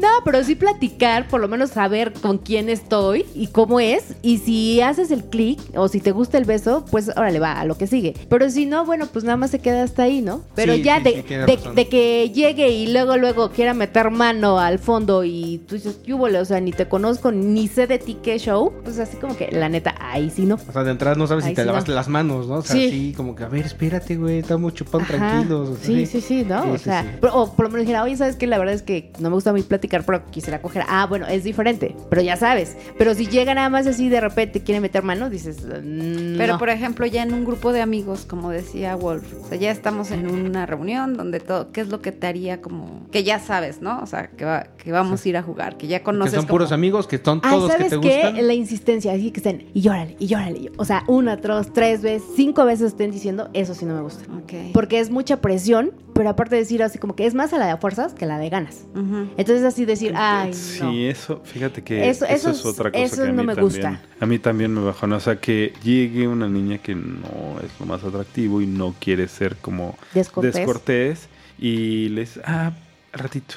[SPEAKER 3] No, pero sí platicar, por lo menos saber con quién estoy y cómo es. Y si haces el clic o si te gusta el beso, pues órale, va a lo que sigue. Pero si no, bueno, pues nada más se queda hasta ahí, ¿no? Pero
[SPEAKER 5] Sí,
[SPEAKER 3] ya
[SPEAKER 5] sí,
[SPEAKER 3] de,
[SPEAKER 5] sí, tienes
[SPEAKER 3] de-
[SPEAKER 5] razón.
[SPEAKER 3] de que llegue y luego, luego quiera meter mano al fondo y tú dices, "¿Qué húbole? o sea, ni te conozco, ni sé de ti qué show, pues así como que la neta, ahí sí no.
[SPEAKER 5] O sea, de entrada no sabes
[SPEAKER 3] Ahí
[SPEAKER 5] si te
[SPEAKER 3] sí
[SPEAKER 5] lavaste
[SPEAKER 3] no.
[SPEAKER 5] las manos, ¿no? O sea,
[SPEAKER 3] Sí.
[SPEAKER 5] sí. como que, a ver, espérate, güey, estamos chupando
[SPEAKER 3] Ajá.
[SPEAKER 5] tranquilos. o sea,
[SPEAKER 3] Sí, sí, sí, ¿no?
[SPEAKER 5] Sí,
[SPEAKER 3] o
[SPEAKER 5] sí,
[SPEAKER 3] sea,
[SPEAKER 5] sí.
[SPEAKER 3] pero- o por lo menos dijera, oye, ¿sabes qué? La verdad es que no me gusta muy platicar, pero quisiera coger. Ah, bueno, es diferente, pero ya sabes. Pero si llega nada más así de repente y quiere meter mano, dices, mm,
[SPEAKER 1] Pero
[SPEAKER 3] no.
[SPEAKER 1] por ejemplo, ya en un grupo de amigos, como decía Wolf, o sea, ya estamos en una reunión donde todo, ¿qué es lo que te haría como que ya sabes, ¿no? O sea, que, va- que vamos a ir a jugar, que ya
[SPEAKER 5] Que
[SPEAKER 1] conoces.
[SPEAKER 5] son
[SPEAKER 1] como-
[SPEAKER 5] puros amigos, que son
[SPEAKER 3] Ah,
[SPEAKER 5] todos que
[SPEAKER 3] ¿sabes
[SPEAKER 5] te
[SPEAKER 3] qué?
[SPEAKER 5] gustan.
[SPEAKER 3] La insistencia, así que estén, y llórale, y llórale. y- O sea, una, dos, tres veces, cinco veces estén diciendo, eso sí no me gusta.
[SPEAKER 1] Ok.
[SPEAKER 3] Porque es mucha presión, pero aparte de decir así como que es más a la de fuerzas que la de ganas.
[SPEAKER 1] Ujú.
[SPEAKER 3] Entonces así decir, ay, no.
[SPEAKER 4] Sí, eso, fíjate que
[SPEAKER 3] Eso-
[SPEAKER 4] eso,
[SPEAKER 3] eso
[SPEAKER 4] es
[SPEAKER 3] es-
[SPEAKER 4] otra cosa
[SPEAKER 3] eso
[SPEAKER 4] que a mí
[SPEAKER 3] no me
[SPEAKER 4] también,
[SPEAKER 3] gusta.
[SPEAKER 4] A mí también me bajó, ¿no? o sea, que llegue una niña que no es lo más atractivo y no quiere ser como
[SPEAKER 3] Descortés.
[SPEAKER 4] descortés y les, ah, ratito.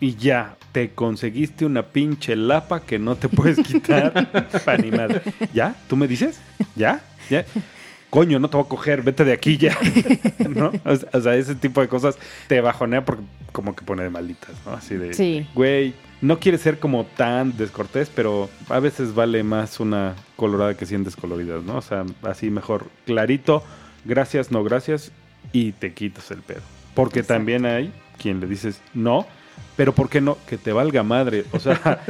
[SPEAKER 4] Y ya, te conseguiste una pinche lapa que no te puedes quitar para ni madre. ¿Ya? ¿Tú me dices? ¿Ya? ¿Ya? Coño, no te voy a coger, vete de aquí ya. ¿No? O sea, o sea, ese tipo de cosas te bajonea porque como que pone de malditas, ¿no? Así de,
[SPEAKER 3] Sí.
[SPEAKER 4] güey, no quiere ser como tan descortés, pero a veces vale más una colorada que 100 descoloridas, ¿no? O sea, así mejor clarito, gracias, no gracias, y te quitas el pedo. Porque
[SPEAKER 3] Exacto.
[SPEAKER 4] también hay quien le dices no, Pero ¿por qué no? Que te valga madre. O sea,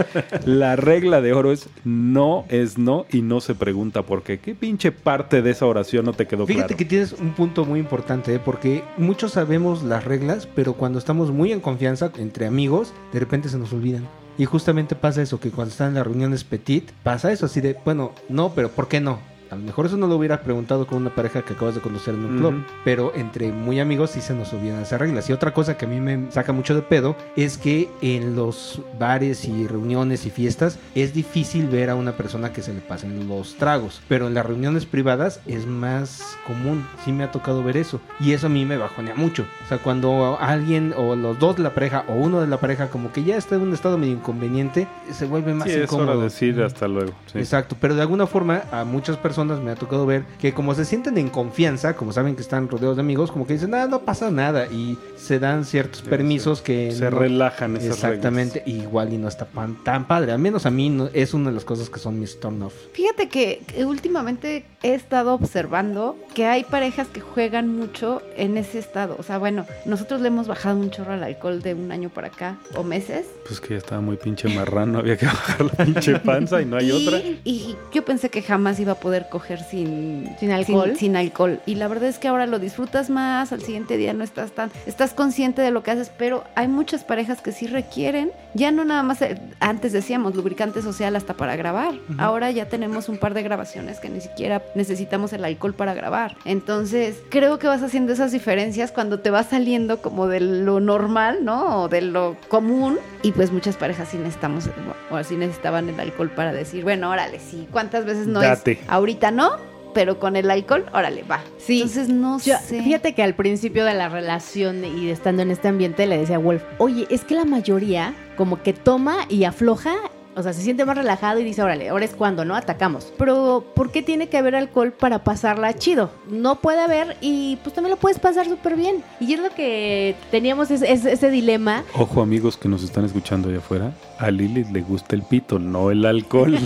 [SPEAKER 4] la regla de oro es no es no y no se pregunta por qué. ¿Qué pinche parte de esa oración no te quedó
[SPEAKER 5] Fíjate
[SPEAKER 4] claro?
[SPEAKER 5] que tienes un punto muy importante, ¿eh? porque muchos sabemos las reglas, pero cuando estamos muy en confianza entre amigos, de repente se nos olvidan. Y justamente pasa eso, que cuando están en las reuniones petit, pasa eso así de, bueno, no, pero ¿por qué no? A lo mejor eso no lo hubieras preguntado con una pareja que acabas de conocer en un club,
[SPEAKER 4] Ujú.
[SPEAKER 5] pero entre muy amigos sí se nos olvidan esas reglas. Y otra cosa que a mí me saca mucho de pedo es que en los bares y reuniones y fiestas es difícil ver a una persona que se le pasen los tragos, pero en las reuniones privadas es más común. Sí me ha tocado ver eso y eso a mí me bajonea mucho. O sea, cuando alguien o los dos de la pareja o uno de la pareja como que ya está en un estado medio inconveniente, se vuelve más
[SPEAKER 4] Sí, es
[SPEAKER 5] incómodo.
[SPEAKER 4] hora de decir hasta luego. sí.
[SPEAKER 5] Exacto, pero de alguna forma a muchas personas me ha tocado ver que como se sienten en confianza, como saben que están rodeados de amigos, como que dicen, ah, no pasa nada y se dan ciertos
[SPEAKER 4] Sí,
[SPEAKER 5] permisos que...
[SPEAKER 4] Se
[SPEAKER 5] no-
[SPEAKER 4] relajan esas
[SPEAKER 5] Exactamente, igual y no está pan- tan padre, al menos a mí no- es una de las cosas que son mis turn off.
[SPEAKER 1] Fíjate que que últimamente he estado observando que hay parejas que juegan mucho en ese estado. O sea, bueno, nosotros le hemos bajado un chorro al alcohol de un año para acá o meses.
[SPEAKER 4] reglas. Pues que ya estaba muy pinche marrano, había que bajar la pinche panza y no hay
[SPEAKER 1] y,
[SPEAKER 4] otra.
[SPEAKER 1] y yo pensé que jamás iba a poder coger sin,
[SPEAKER 3] Sin alcohol.
[SPEAKER 1] Sin, alcohol. Y la verdad es que ahora lo disfrutas más, al siguiente día no estás tan... Estás consciente de lo que haces, pero hay muchas parejas que sí requieren, ya no nada más, eh, antes decíamos, lubricante social hasta para grabar. Ahora ya tenemos un par de grabaciones que ni siquiera necesitamos el alcohol para grabar. Entonces, creo que vas haciendo esas diferencias cuando te vas saliendo como de lo normal, ¿no? O de lo común. Y pues muchas parejas sí necesitamos, o así necesitaban el alcohol para decir, bueno, órale, sí, ¿cuántas veces no
[SPEAKER 4] Date.
[SPEAKER 1] es? Ahorita no, pero con el alcohol, órale, va.
[SPEAKER 3] Sí.
[SPEAKER 1] Entonces no
[SPEAKER 3] Yo-
[SPEAKER 1] sé.
[SPEAKER 3] Fíjate que al principio de la relación y de estando en este ambiente le decía a Wolf, oye, es que la mayoría como que toma y afloja, o sea, se siente más relajado y dice, órale, ahora es cuando, ¿no? Atacamos. Pero, ¿por qué tiene que haber alcohol para pasarla chido? No puede haber y pues también lo puedes pasar súper bien. Y es lo que teníamos es- es- ese dilema
[SPEAKER 4] Ojo amigos que nos están escuchando allá afuera, a Lilith le gusta el pito, no el alcohol.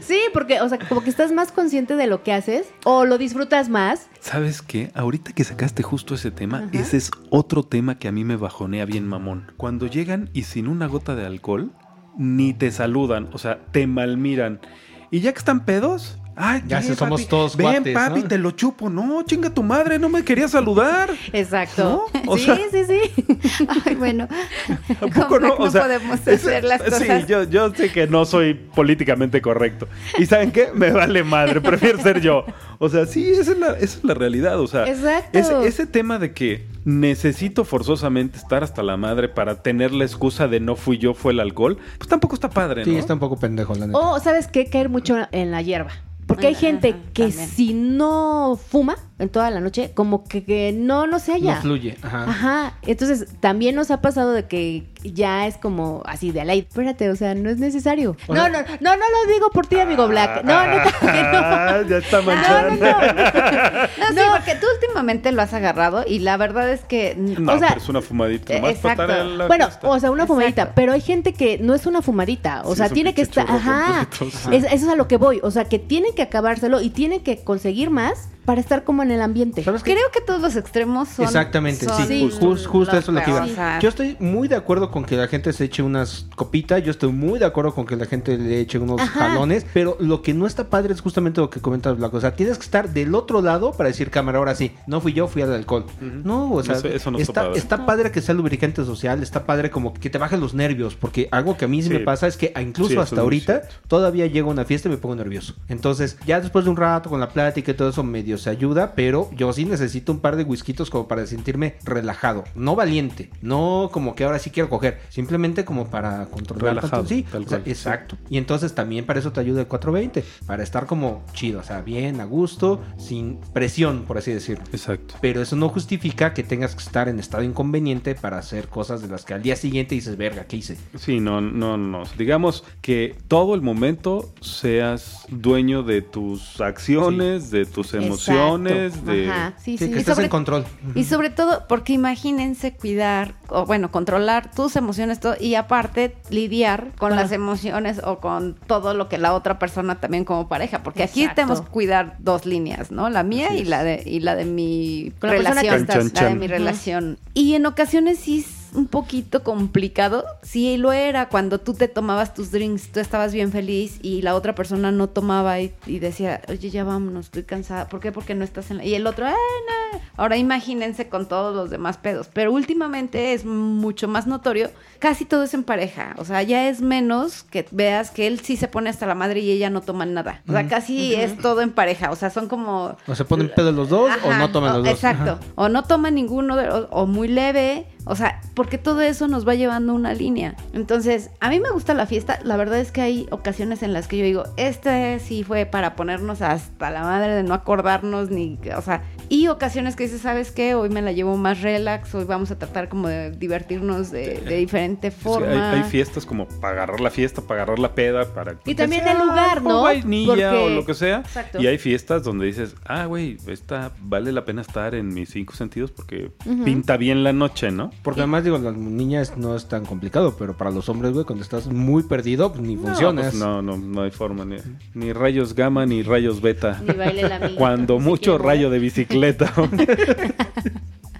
[SPEAKER 3] Sí, porque, o sea, como que estás más consciente de lo que haces o lo disfrutas más.
[SPEAKER 4] ¿Sabes qué? Ahorita que sacaste justo ese tema,
[SPEAKER 3] Ajá.
[SPEAKER 4] ese es otro tema que a mí me bajonea bien mamón. Cuando llegan y sin una gota de alcohol, ni te saludan, o sea, te malmiran. Y ya que están pedos, ay,
[SPEAKER 5] Ya
[SPEAKER 4] ven,
[SPEAKER 5] se somos
[SPEAKER 4] papi,
[SPEAKER 5] todos
[SPEAKER 4] Ven,
[SPEAKER 5] cuates,
[SPEAKER 4] papi,
[SPEAKER 5] ¿no?
[SPEAKER 4] te lo chupo. No, chinga tu madre, no me quería saludar.
[SPEAKER 3] Exacto.
[SPEAKER 4] ¿No? O
[SPEAKER 3] sí,
[SPEAKER 4] sea-
[SPEAKER 3] sí, sí.
[SPEAKER 1] Ay, bueno.
[SPEAKER 4] ¿A poco no?
[SPEAKER 1] no,
[SPEAKER 4] O sea,
[SPEAKER 1] podemos
[SPEAKER 4] es-
[SPEAKER 1] hacer las cosas.
[SPEAKER 4] Sí, yo, yo sé que no soy políticamente correcto. ¿Y saben qué? Me vale madre, prefiero ser yo. O sea, sí, esa es la, esa es la realidad. O sea,
[SPEAKER 3] Exacto.
[SPEAKER 4] ese, ese tema de que necesito forzosamente estar hasta la madre para tener la excusa de no fui yo, fue el alcohol, pues tampoco está padre,
[SPEAKER 5] Sí,
[SPEAKER 4] ¿no?
[SPEAKER 5] está un poco pendejo, la neta.
[SPEAKER 3] O, ¿sabes qué? Caer mucho en la hierba. Porque hay
[SPEAKER 1] Ajá,
[SPEAKER 3] gente que
[SPEAKER 1] también.
[SPEAKER 3] si no fuma en toda la noche, como que, que no, no se
[SPEAKER 5] no
[SPEAKER 3] halla.
[SPEAKER 5] fluye, ajá.
[SPEAKER 3] Ajá, entonces también nos ha pasado de que ya es como así de ley. Espérate, o sea, no es necesario.
[SPEAKER 5] O
[SPEAKER 3] no,
[SPEAKER 5] sea-
[SPEAKER 3] no, no, no lo digo por ti, amigo Black. No, neta, que no.
[SPEAKER 4] Ah, ya está
[SPEAKER 3] No,
[SPEAKER 4] manchado.
[SPEAKER 3] no, no.
[SPEAKER 1] No, sí, porque tú últimamente lo has agarrado y la verdad es que...
[SPEAKER 4] No,
[SPEAKER 3] O sea,
[SPEAKER 4] pero es una fumadita.
[SPEAKER 1] eh,
[SPEAKER 4] nomás para
[SPEAKER 1] exacto.
[SPEAKER 4] atar la
[SPEAKER 3] Bueno,
[SPEAKER 4] fiesta.
[SPEAKER 3] o sea, una fumadita,
[SPEAKER 1] Exacto.
[SPEAKER 3] pero hay gente que no es una fumadita, o
[SPEAKER 4] Sí,
[SPEAKER 3] sea,
[SPEAKER 4] es un
[SPEAKER 3] tiene que
[SPEAKER 4] pinche
[SPEAKER 3] estar,
[SPEAKER 4] churro con
[SPEAKER 3] ajá,
[SPEAKER 4] palitos.
[SPEAKER 3] Es- eso es a lo que voy, o sea, que tienen que acabárselo y tienen que conseguir más para estar como en el ambiente.
[SPEAKER 5] ¿Sabes qué?
[SPEAKER 1] Creo que todos los extremos son.
[SPEAKER 5] Exactamente,
[SPEAKER 1] son
[SPEAKER 5] sí, jus- justo
[SPEAKER 1] los
[SPEAKER 5] eso es lo que iba.
[SPEAKER 1] peores. O sea,
[SPEAKER 5] Yo estoy muy de acuerdo con que la gente se eche unas copitas, yo estoy muy de acuerdo con que la gente le eche unos
[SPEAKER 3] Ajá.
[SPEAKER 5] jalones, pero lo que no está padre es justamente lo que comentas, Blanco. O sea, tienes que estar del otro lado para decir cámara, ahora sí, no fui yo, fui al alcohol. No, o sea,
[SPEAKER 4] Eso- eso no está
[SPEAKER 5] está,
[SPEAKER 4] padre.
[SPEAKER 5] está padre que sea lubricante social, está padre como que te bajen los nervios, porque algo que a mí sí
[SPEAKER 4] Sí.
[SPEAKER 5] me pasa es que a- incluso
[SPEAKER 4] Sí, eso
[SPEAKER 5] hasta
[SPEAKER 4] es muy
[SPEAKER 5] ahorita
[SPEAKER 4] cierto.
[SPEAKER 5] todavía llego a una fiesta y me pongo nervioso. Entonces, ya después de un rato con la plática y todo eso medio se ayuda, pero yo sí necesito un par de whiskitos como para sentirme relajado, no valiente, no como que ahora sí quiero coger, simplemente como para controlar
[SPEAKER 4] Relajado,
[SPEAKER 5] tantito. Sí,
[SPEAKER 4] tal
[SPEAKER 5] o sea,
[SPEAKER 4] cual, sí.
[SPEAKER 5] exacto. Y entonces también para eso te ayuda el 420, para estar como chido, o sea, bien, a gusto, sin presión, por así decirlo.
[SPEAKER 4] Exacto.
[SPEAKER 5] Pero eso no justifica que tengas que estar en estado inconveniente para hacer cosas de las que al día siguiente dices, verga, ¿qué hice?
[SPEAKER 4] Sí, no, no, no. Digamos que todo el momento seas dueño de tus acciones, de tus emociones,
[SPEAKER 3] Exacto.
[SPEAKER 4] de...
[SPEAKER 3] Ajá, sí,
[SPEAKER 5] Sí,
[SPEAKER 3] sí.
[SPEAKER 5] que
[SPEAKER 1] Y
[SPEAKER 5] estás
[SPEAKER 1] sobre-
[SPEAKER 5] en control.
[SPEAKER 1] Y sobre todo, porque imagínense cuidar, o bueno, controlar tus emociones todo, y aparte lidiar con las emociones o con todo lo que la otra persona también como pareja, porque aquí
[SPEAKER 3] Exacto.
[SPEAKER 1] tenemos que cuidar dos líneas, ¿no? La mía
[SPEAKER 4] Así
[SPEAKER 1] y
[SPEAKER 4] es.
[SPEAKER 1] la de y la de mi
[SPEAKER 3] Con la persona que
[SPEAKER 1] relación,
[SPEAKER 4] estás. Chan, chan,
[SPEAKER 1] la de
[SPEAKER 4] chan.
[SPEAKER 1] mi
[SPEAKER 3] Ujú.
[SPEAKER 1] relación. Y en ocasiones sí un poquito complicado. Sí, lo era cuando tú te tomabas tus drinks, tú estabas bien feliz y la otra persona no tomaba y, y decía, oye, ya vámonos, estoy cansada. ¿Por qué? Porque no estás en la... Y el otro, "Ah, no". Ahora imagínense con todos los demás pedos. Pero últimamente es mucho más notorio. Casi todo es en pareja. O sea, ya es menos que veas que él sí se pone hasta la madre y ella no toma nada. O sea, casi es todo en pareja. O sea, son como...
[SPEAKER 5] O se ponen pedo los dos o
[SPEAKER 1] Ajá,
[SPEAKER 5] no toman los dos.
[SPEAKER 1] Exacto.
[SPEAKER 5] Ajá.
[SPEAKER 1] O no toma ninguno de- o, o muy leve. O sea, porque todo eso nos va llevando a una línea. Entonces, a mí me gusta la fiesta. La verdad es que hay ocasiones en las que yo digo, este sí fue para ponernos hasta la madre de no acordarnos ni, o sea, y ocasiones que dices, ¿sabes qué? Hoy me la llevo más relax, hoy vamos a tratar como de divertirnos de, de diferente
[SPEAKER 4] Es que
[SPEAKER 1] forma.
[SPEAKER 4] hay, hay fiestas como para agarrar la fiesta, para agarrar la peda, para...
[SPEAKER 3] Y también
[SPEAKER 4] que sea
[SPEAKER 3] el lugar,
[SPEAKER 4] por
[SPEAKER 3] ¿no?
[SPEAKER 4] vainilla
[SPEAKER 3] Porque-
[SPEAKER 4] o lo que sea.
[SPEAKER 1] Exacto.
[SPEAKER 4] Y hay fiestas donde dices, ah, güey, esta vale la pena estar en mis cinco sentidos porque pinta bien la noche, ¿no?
[SPEAKER 5] Porque además, digo, las niñas no es tan complicado, pero para los hombres, güey, cuando estás muy perdido, pues, ni
[SPEAKER 4] No,
[SPEAKER 5] funcionas.
[SPEAKER 4] pues no, no, no hay forma. Ni, ni rayos gamma, ni rayos beta.
[SPEAKER 3] Ni baile la mía.
[SPEAKER 4] Cuando mucho rayo de bicicleta.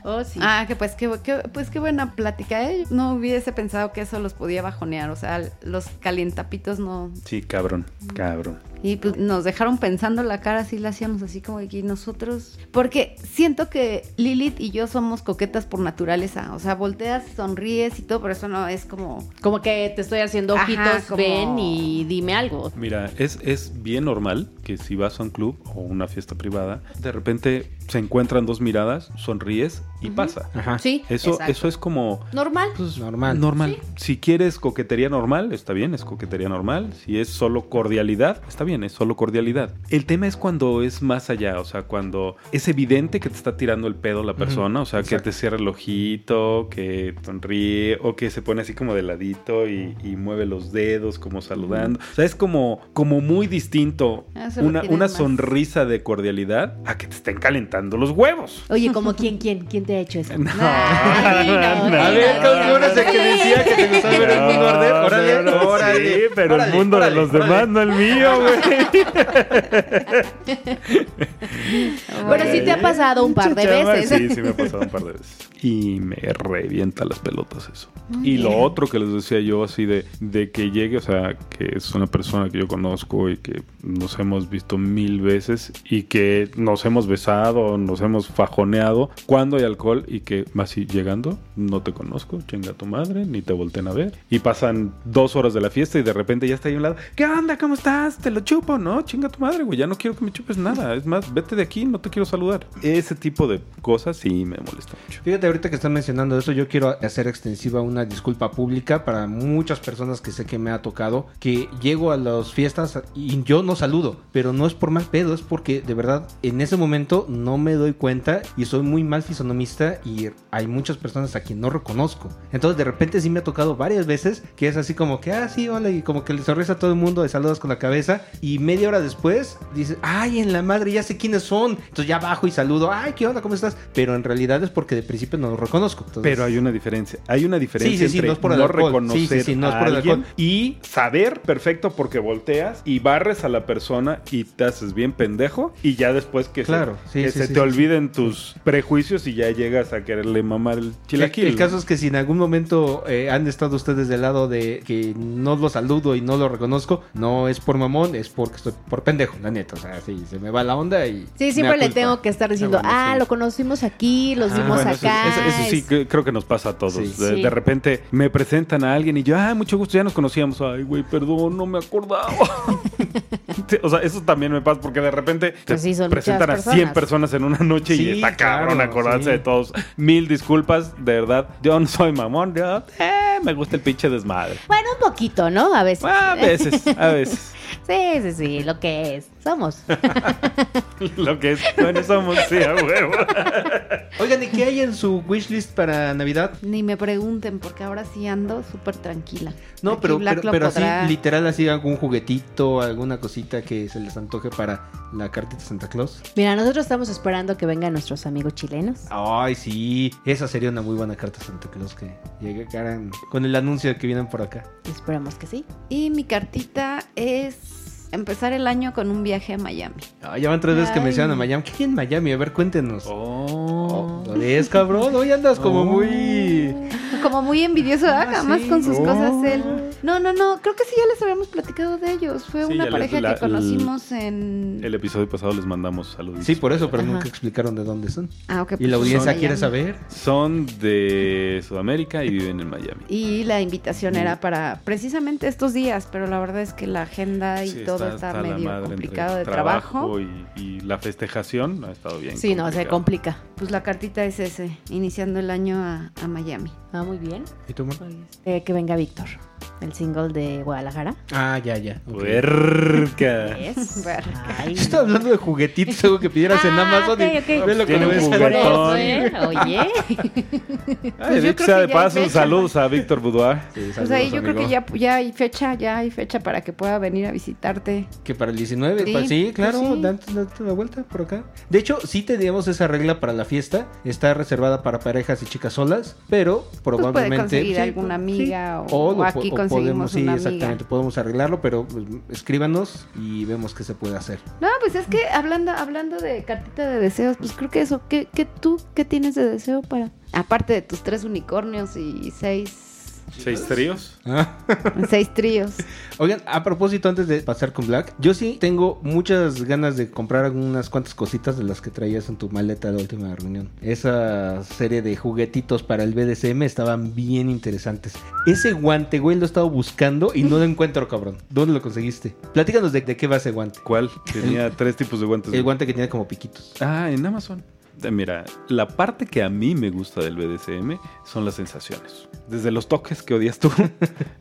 [SPEAKER 3] Oh, sí.
[SPEAKER 1] Ah, que pues qué, bu- qué- pues qué buena plática, ¿eh? No hubiese pensado que eso los podía bajonear, o sea, los calientapitos no,
[SPEAKER 4] sí, cabrón, cabrón.
[SPEAKER 1] Y pues nos dejaron pensando la cara, así la hacíamos así como aquí nosotros. Porque siento que Lilith y yo somos coquetas por naturaleza. O sea, volteas, sonríes y todo, pero eso no es como.
[SPEAKER 3] Como que te estoy haciendo
[SPEAKER 1] Ajá,
[SPEAKER 3] ojitos,
[SPEAKER 1] como-
[SPEAKER 3] ven y dime algo.
[SPEAKER 4] Mira, es, es bien normal que si vas a un club o una fiesta privada, de repente se encuentran dos miradas, sonríes y pasa.
[SPEAKER 5] Ajá.
[SPEAKER 3] Sí,
[SPEAKER 4] Ah, Eso,
[SPEAKER 3] exacto.
[SPEAKER 4] eso es como
[SPEAKER 3] Normal.
[SPEAKER 4] pues,
[SPEAKER 5] Normal.
[SPEAKER 4] Normal. Si quieres coquetería normal, está bien, es coquetería normal. Si es solo cordialidad, está bien, es solo cordialidad. El tema es cuando es más allá, o sea, cuando es evidente que te está tirando el pedo la persona, o sea, que te cierra el ojito, que sonríe o que se pone así como de ladito y, y mueve los dedos como saludando. O sea, es como, como muy distinto
[SPEAKER 3] Ah,
[SPEAKER 1] Eso lo
[SPEAKER 4] una,
[SPEAKER 1] tienen
[SPEAKER 4] una
[SPEAKER 1] más.
[SPEAKER 4] sonrisa de cordialidad a que te estén calentando los huevos.
[SPEAKER 3] Oye, como quién, quién, quién te ha hecho eso.
[SPEAKER 4] No.
[SPEAKER 3] Ay, no,
[SPEAKER 4] No,
[SPEAKER 5] A ver,
[SPEAKER 4] no,
[SPEAKER 5] con
[SPEAKER 4] no,
[SPEAKER 5] una que decía que te gustaba ver el mundo arder. Órale,
[SPEAKER 4] no, no,
[SPEAKER 5] órale.
[SPEAKER 4] Sí, pero
[SPEAKER 5] órale,
[SPEAKER 4] el mundo
[SPEAKER 5] órale,
[SPEAKER 4] de los
[SPEAKER 5] órale.
[SPEAKER 4] demás, no el mío, güey.
[SPEAKER 3] Pero sí te ha pasado un par de
[SPEAKER 4] Chama,
[SPEAKER 3] veces.
[SPEAKER 4] Sí, sí me ha pasado un par de veces. Y me revienta las pelotas eso. Y lo otro que les decía yo así de, de que llegue, o sea, que es una persona que yo conozco y que nos hemos visto mil veces y que nos hemos besado, nos hemos fajoneado cuando hay alcohol y que así llegando, no te conozco, chinga tu madre, ni te volteen a ver. Y pasan dos horas de la fiesta y de repente ya está ahí a un lado, ¿qué onda? ¿Cómo estás? Te lo chupo, ¿no? Chinga tu madre, güey, ya no quiero que me chupes nada. Es más, vete de aquí, no te quiero saludar. Ese tipo de cosas sí me molesta mucho.
[SPEAKER 5] Fíjate, ahorita que están mencionando eso, yo quiero hacer extensiva una disculpa pública para muchas personas que sé que me ha tocado, que llego a las fiestas y yo no saludo, pero no es por mal pedo, es porque de verdad en ese momento no me doy cuenta y soy muy mal fisonomista y hay muchas personas a quien no reconozco. Entonces de repente sí me ha tocado varias veces que es así como que, ah, sí, hola, y como que le sonríes a todo el mundo, le saludas con la cabeza y media hora después dices, ay, en la madre, ya sé quiénes son. Entonces ya bajo y saludo, ay, ¿qué onda? ¿Cómo estás? Pero en realidad es porque de principio no lo reconozco. Entonces,
[SPEAKER 4] Pero hay una diferencia. Hay una diferencia
[SPEAKER 5] Sí, sí, sí, no
[SPEAKER 4] entre no,
[SPEAKER 5] es por el alcohol.
[SPEAKER 4] reconocer
[SPEAKER 5] Sí, sí, sí, no es
[SPEAKER 4] a
[SPEAKER 5] por el
[SPEAKER 4] alguien
[SPEAKER 5] alcohol.
[SPEAKER 4] y saber perfecto porque volteas y barres a la persona y te haces bien pendejo y ya después que
[SPEAKER 5] Claro,
[SPEAKER 4] se,
[SPEAKER 5] sí,
[SPEAKER 4] que
[SPEAKER 5] sí,
[SPEAKER 4] se
[SPEAKER 5] sí, sí,
[SPEAKER 4] te olviden tus prejuicios y ya llegas a quererle mamar el chilaquil.
[SPEAKER 5] El, el
[SPEAKER 4] ¿no?
[SPEAKER 5] caso es que si en algún momento eh, han estado ustedes del lado de que no lo saludo y no lo reconozco, no es por mamón, es porque estoy por pendejo, la neta. O sea, sí, se me va la onda y.
[SPEAKER 3] Sí, siempre le
[SPEAKER 5] mea culpa.
[SPEAKER 3] tengo que estar diciendo,
[SPEAKER 5] Ah, bueno,
[SPEAKER 3] ah,
[SPEAKER 5] sí.
[SPEAKER 3] lo conocimos aquí, los
[SPEAKER 5] Ah,
[SPEAKER 3] vimos
[SPEAKER 5] bueno,
[SPEAKER 4] eso,
[SPEAKER 3] acá.
[SPEAKER 4] eso- eso sí,
[SPEAKER 3] es-
[SPEAKER 4] que- creo que nos pasa a todos.
[SPEAKER 5] Sí.
[SPEAKER 4] de,
[SPEAKER 3] Sí.
[SPEAKER 4] de repente me presentan a alguien y yo, ah, mucho gusto, ya nos conocíamos. Ay, güey, perdón, no me acordaba. Sí, o sea, eso también me pasa porque de repente te
[SPEAKER 3] Pues sí, son
[SPEAKER 4] presentan a
[SPEAKER 3] muchas
[SPEAKER 4] 100
[SPEAKER 3] personas.
[SPEAKER 4] personas en una noche y
[SPEAKER 5] Sí,
[SPEAKER 4] está cabrón
[SPEAKER 5] claro,
[SPEAKER 4] acordarse
[SPEAKER 5] sí.
[SPEAKER 4] de todos. Mil disculpas, de verdad. Yo no soy mamón, yo, eh, me gusta el pinche desmadre.
[SPEAKER 3] Bueno, un poquito, ¿no? A veces.
[SPEAKER 4] A veces, a veces.
[SPEAKER 3] Sí, sí, sí, lo que es. Somos.
[SPEAKER 4] Lo que es, bueno, somos, sí, a huevo.
[SPEAKER 5] Oigan, ¿y qué hay en su wishlist para Navidad?
[SPEAKER 1] Ni me pregunten, porque ahora sí ando súper tranquila.
[SPEAKER 5] No,
[SPEAKER 1] Aquí
[SPEAKER 5] pero,
[SPEAKER 1] Black
[SPEAKER 5] pero,
[SPEAKER 1] lo
[SPEAKER 5] pero así,
[SPEAKER 1] podrá-
[SPEAKER 5] literal, así algún juguetito, alguna cosita que se les antoje para la cartita Santa Claus.
[SPEAKER 3] Mira, nosotros estamos esperando que vengan nuestros amigos chilenos.
[SPEAKER 4] Ah.
[SPEAKER 5] Ay, sí, esa sería una muy buena carta Santa Claus que llegaran con el anuncio de que vienen por acá.
[SPEAKER 3] Esperamos que sí.
[SPEAKER 1] Y mi cartita es empezar el año con un viaje a Miami.
[SPEAKER 5] Ay, Ah, ya van tres veces que
[SPEAKER 1] Ay.
[SPEAKER 5] mencionan a Miami. ¿Qué hay en Miami? A ver, cuéntenos.
[SPEAKER 4] Oh.
[SPEAKER 5] Oh, ¿lo ves, cabrón? Hoy andas como
[SPEAKER 4] Oh.
[SPEAKER 5] muy...
[SPEAKER 1] como muy envidioso, ¿verdad?
[SPEAKER 5] Ah,
[SPEAKER 1] Nada más
[SPEAKER 5] sí.
[SPEAKER 1] con sus
[SPEAKER 5] Oh.
[SPEAKER 1] cosas él. No, no, no, creo que sí ya les habíamos platicado de ellos. Fue
[SPEAKER 4] Sí, ya
[SPEAKER 1] una
[SPEAKER 4] les-
[SPEAKER 1] pareja
[SPEAKER 4] la-
[SPEAKER 1] que conocimos en...
[SPEAKER 4] El episodio pasado les mandamos saludos.
[SPEAKER 5] Sí, por eso, pero
[SPEAKER 1] Ajá.
[SPEAKER 5] nunca explicaron de dónde son.
[SPEAKER 1] Ah, ok,
[SPEAKER 5] Y la
[SPEAKER 1] pues,
[SPEAKER 5] audiencia
[SPEAKER 1] Miami.
[SPEAKER 5] quiere saber.
[SPEAKER 4] Son de Sudamérica y viven en Miami.
[SPEAKER 1] Y la invitación
[SPEAKER 5] Mm.
[SPEAKER 1] era para precisamente estos días, pero la verdad es que la agenda y
[SPEAKER 4] Sí,
[SPEAKER 1] todo está,
[SPEAKER 4] hasta la
[SPEAKER 1] medio
[SPEAKER 4] madre entre
[SPEAKER 1] complicado de trabajo.
[SPEAKER 4] Y, y la festejación ha estado bien.
[SPEAKER 3] Sí, no, se
[SPEAKER 4] complicada.
[SPEAKER 3] complica.
[SPEAKER 1] Pues la cartita es ese, iniciando el año a, a Miami. Pues
[SPEAKER 3] Ah, muy bien.
[SPEAKER 5] ¿Y tú, Marta?
[SPEAKER 3] Eh, que venga Víctor, el single de Guadalajara.
[SPEAKER 5] Ah, ya, ya. ok.
[SPEAKER 4] Puerca.
[SPEAKER 1] Eh,
[SPEAKER 3] Es.
[SPEAKER 1] Ver.
[SPEAKER 3] Ay,
[SPEAKER 5] Yo estaba hablando de juguetitos, algo que pidieras en
[SPEAKER 3] Ah,
[SPEAKER 5] Amazon.
[SPEAKER 3] ok,
[SPEAKER 5] y
[SPEAKER 3] ok.
[SPEAKER 5] ve lo que
[SPEAKER 4] Tiene
[SPEAKER 5] me
[SPEAKER 4] un
[SPEAKER 5] ves.
[SPEAKER 4] juguete.
[SPEAKER 3] no.
[SPEAKER 4] Juguetón.
[SPEAKER 3] ¿eh? Oye.
[SPEAKER 4] Ah,
[SPEAKER 1] Pues yo
[SPEAKER 4] dicho
[SPEAKER 1] creo
[SPEAKER 4] sea
[SPEAKER 1] que
[SPEAKER 4] de
[SPEAKER 1] ya
[SPEAKER 4] paso,
[SPEAKER 1] hay fecha.
[SPEAKER 4] saludos a Víctor Boudoir.
[SPEAKER 5] Sí,
[SPEAKER 1] Pues
[SPEAKER 5] saludos,
[SPEAKER 1] ahí yo creo
[SPEAKER 5] amigo.
[SPEAKER 1] que ya, ya hay fecha, ya hay fecha para que pueda venir a visitarte.
[SPEAKER 5] Que para el 19,
[SPEAKER 1] Sí,
[SPEAKER 5] pa- sí,
[SPEAKER 1] pues
[SPEAKER 5] claro,
[SPEAKER 1] sí.
[SPEAKER 5] Date, date la vuelta por acá. De hecho, sí teníamos esa regla para la fiesta, está reservada para parejas y chicas solas, pero
[SPEAKER 1] Pues puede
[SPEAKER 5] probablemente...
[SPEAKER 1] conseguir
[SPEAKER 5] sí,
[SPEAKER 1] alguna amiga o- o
[SPEAKER 5] lo po-
[SPEAKER 1] aquí conseguimos
[SPEAKER 5] podemos, sí,
[SPEAKER 1] una amiga.
[SPEAKER 5] exactamente, podemos arreglarlo, pero pues, escríbanos y vemos qué se puede hacer.
[SPEAKER 1] No, pues es que hablando, hablando de cartita de deseos, pues creo que eso, ¿qué, qué tú, qué tienes de deseo para? Aparte de tus tres unicornios y seis,
[SPEAKER 4] Seis tríos.
[SPEAKER 5] Ah.
[SPEAKER 1] seis tríos.
[SPEAKER 5] Oigan, a propósito, antes de pasar con Black, yo sí tengo muchas ganas de comprar algunas cuantas cositas de las que traías en tu maleta de la última reunión. Esa serie de juguetitos para el BDSM estaban bien interesantes. Ese guante, güey, lo he estado buscando y no lo encuentro, cabrón. ¿Dónde lo conseguiste? Platícanos de, de qué va ese guante.
[SPEAKER 4] ¿Cuál? Tenía tres tipos de guantes.
[SPEAKER 5] El guante que tiene como piquitos.
[SPEAKER 4] Ah, en Amazon. Eh, Mira, la parte que a mí me gusta del BDSM son las sensaciones. Desde los toques que odias tú,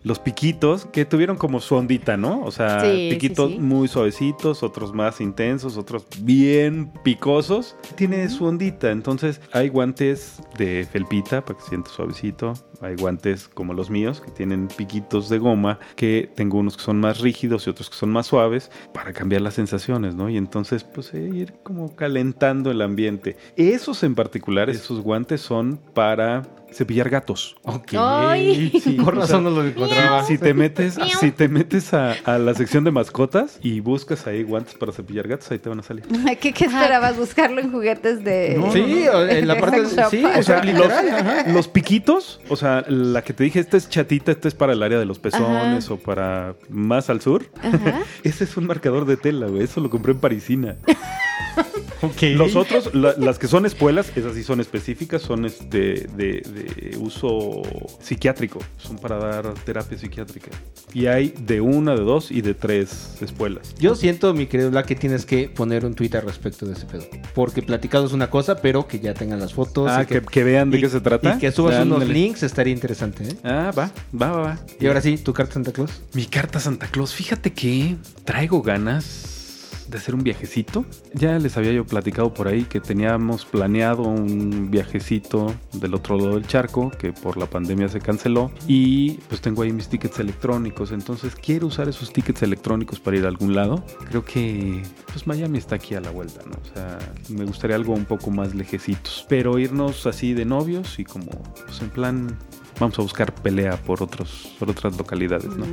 [SPEAKER 4] los piquitos que tuvieron como su ondita, ¿no? O sea,
[SPEAKER 3] Sí, sí,
[SPEAKER 4] piquitos
[SPEAKER 3] sí.
[SPEAKER 4] muy suavecitos, otros más intensos, otros bien picosos. Tiene su ondita, entonces hay guantes de felpita para que sientas suavecito, hay guantes como los míos que tienen piquitos de goma, que tengo unos que son más rígidos y otros que son más suaves para cambiar las sensaciones, ¿no? Y entonces, pues, eh, ir como calentando el ambiente. Esos en particular, esos guantes son para cepillar gatos.
[SPEAKER 5] Ok.
[SPEAKER 3] Ay.
[SPEAKER 5] Sí, por razón no lo encontraba.
[SPEAKER 4] Si te metes, si te metes a, a la sección de mascotas y buscas ahí guantes para cepillar gatos, ahí te van a salir.
[SPEAKER 1] ¿Qué, qué esperabas? ¿Buscarlo en juguetes de...?
[SPEAKER 4] No,
[SPEAKER 5] Sí, en la parte...
[SPEAKER 1] Sex shop.
[SPEAKER 5] Sí, o sea,
[SPEAKER 4] los,
[SPEAKER 5] Ah, literal. ajá.
[SPEAKER 4] los piquitos, o sea, la que te dije, esta es chatita, esta es para el área de los pezones o para más al sur.
[SPEAKER 1] Ajá.
[SPEAKER 4] Ese es un marcador de tela, güey. Eso lo compré en Parisina.
[SPEAKER 5] Ok.
[SPEAKER 4] Los otros, la- las que son espuelas, esas sí son específicas, son este de, de uso psiquiátrico. Son para dar terapia psiquiátrica. Y hay de una, de dos y de tres espuelas.
[SPEAKER 5] Yo siento, mi querido Black, que tienes que poner un tweet al respecto de ese pedo. Porque platicado es una cosa, pero que ya tengan las fotos.
[SPEAKER 4] Ah,
[SPEAKER 5] y
[SPEAKER 4] que, que vean de
[SPEAKER 5] y-
[SPEAKER 4] qué se trata.
[SPEAKER 5] Y que subas unos
[SPEAKER 4] Ándale.
[SPEAKER 5] links, estaría interesante, ¿eh?
[SPEAKER 4] Ah, va, va, va, va.
[SPEAKER 5] Y ahora sí, tu carta Santa Claus.
[SPEAKER 4] Mi carta Santa Claus, fíjate que traigo ganas de hacer un viajecito. Ya les había yo platicado por ahí que teníamos planeado un viajecito del otro lado del charco, que por la pandemia se canceló. Y pues tengo ahí mis tickets electrónicos, entonces quiero usar esos tickets electrónicos para ir a algún lado. Creo que pues Miami está aquí a la vuelta, ¿no? O sea, me gustaría algo un poco más lejecitos. Pero irnos así de novios y como pues en plan... Vamos a buscar pelea por, otros, por otras localidades, ¿no?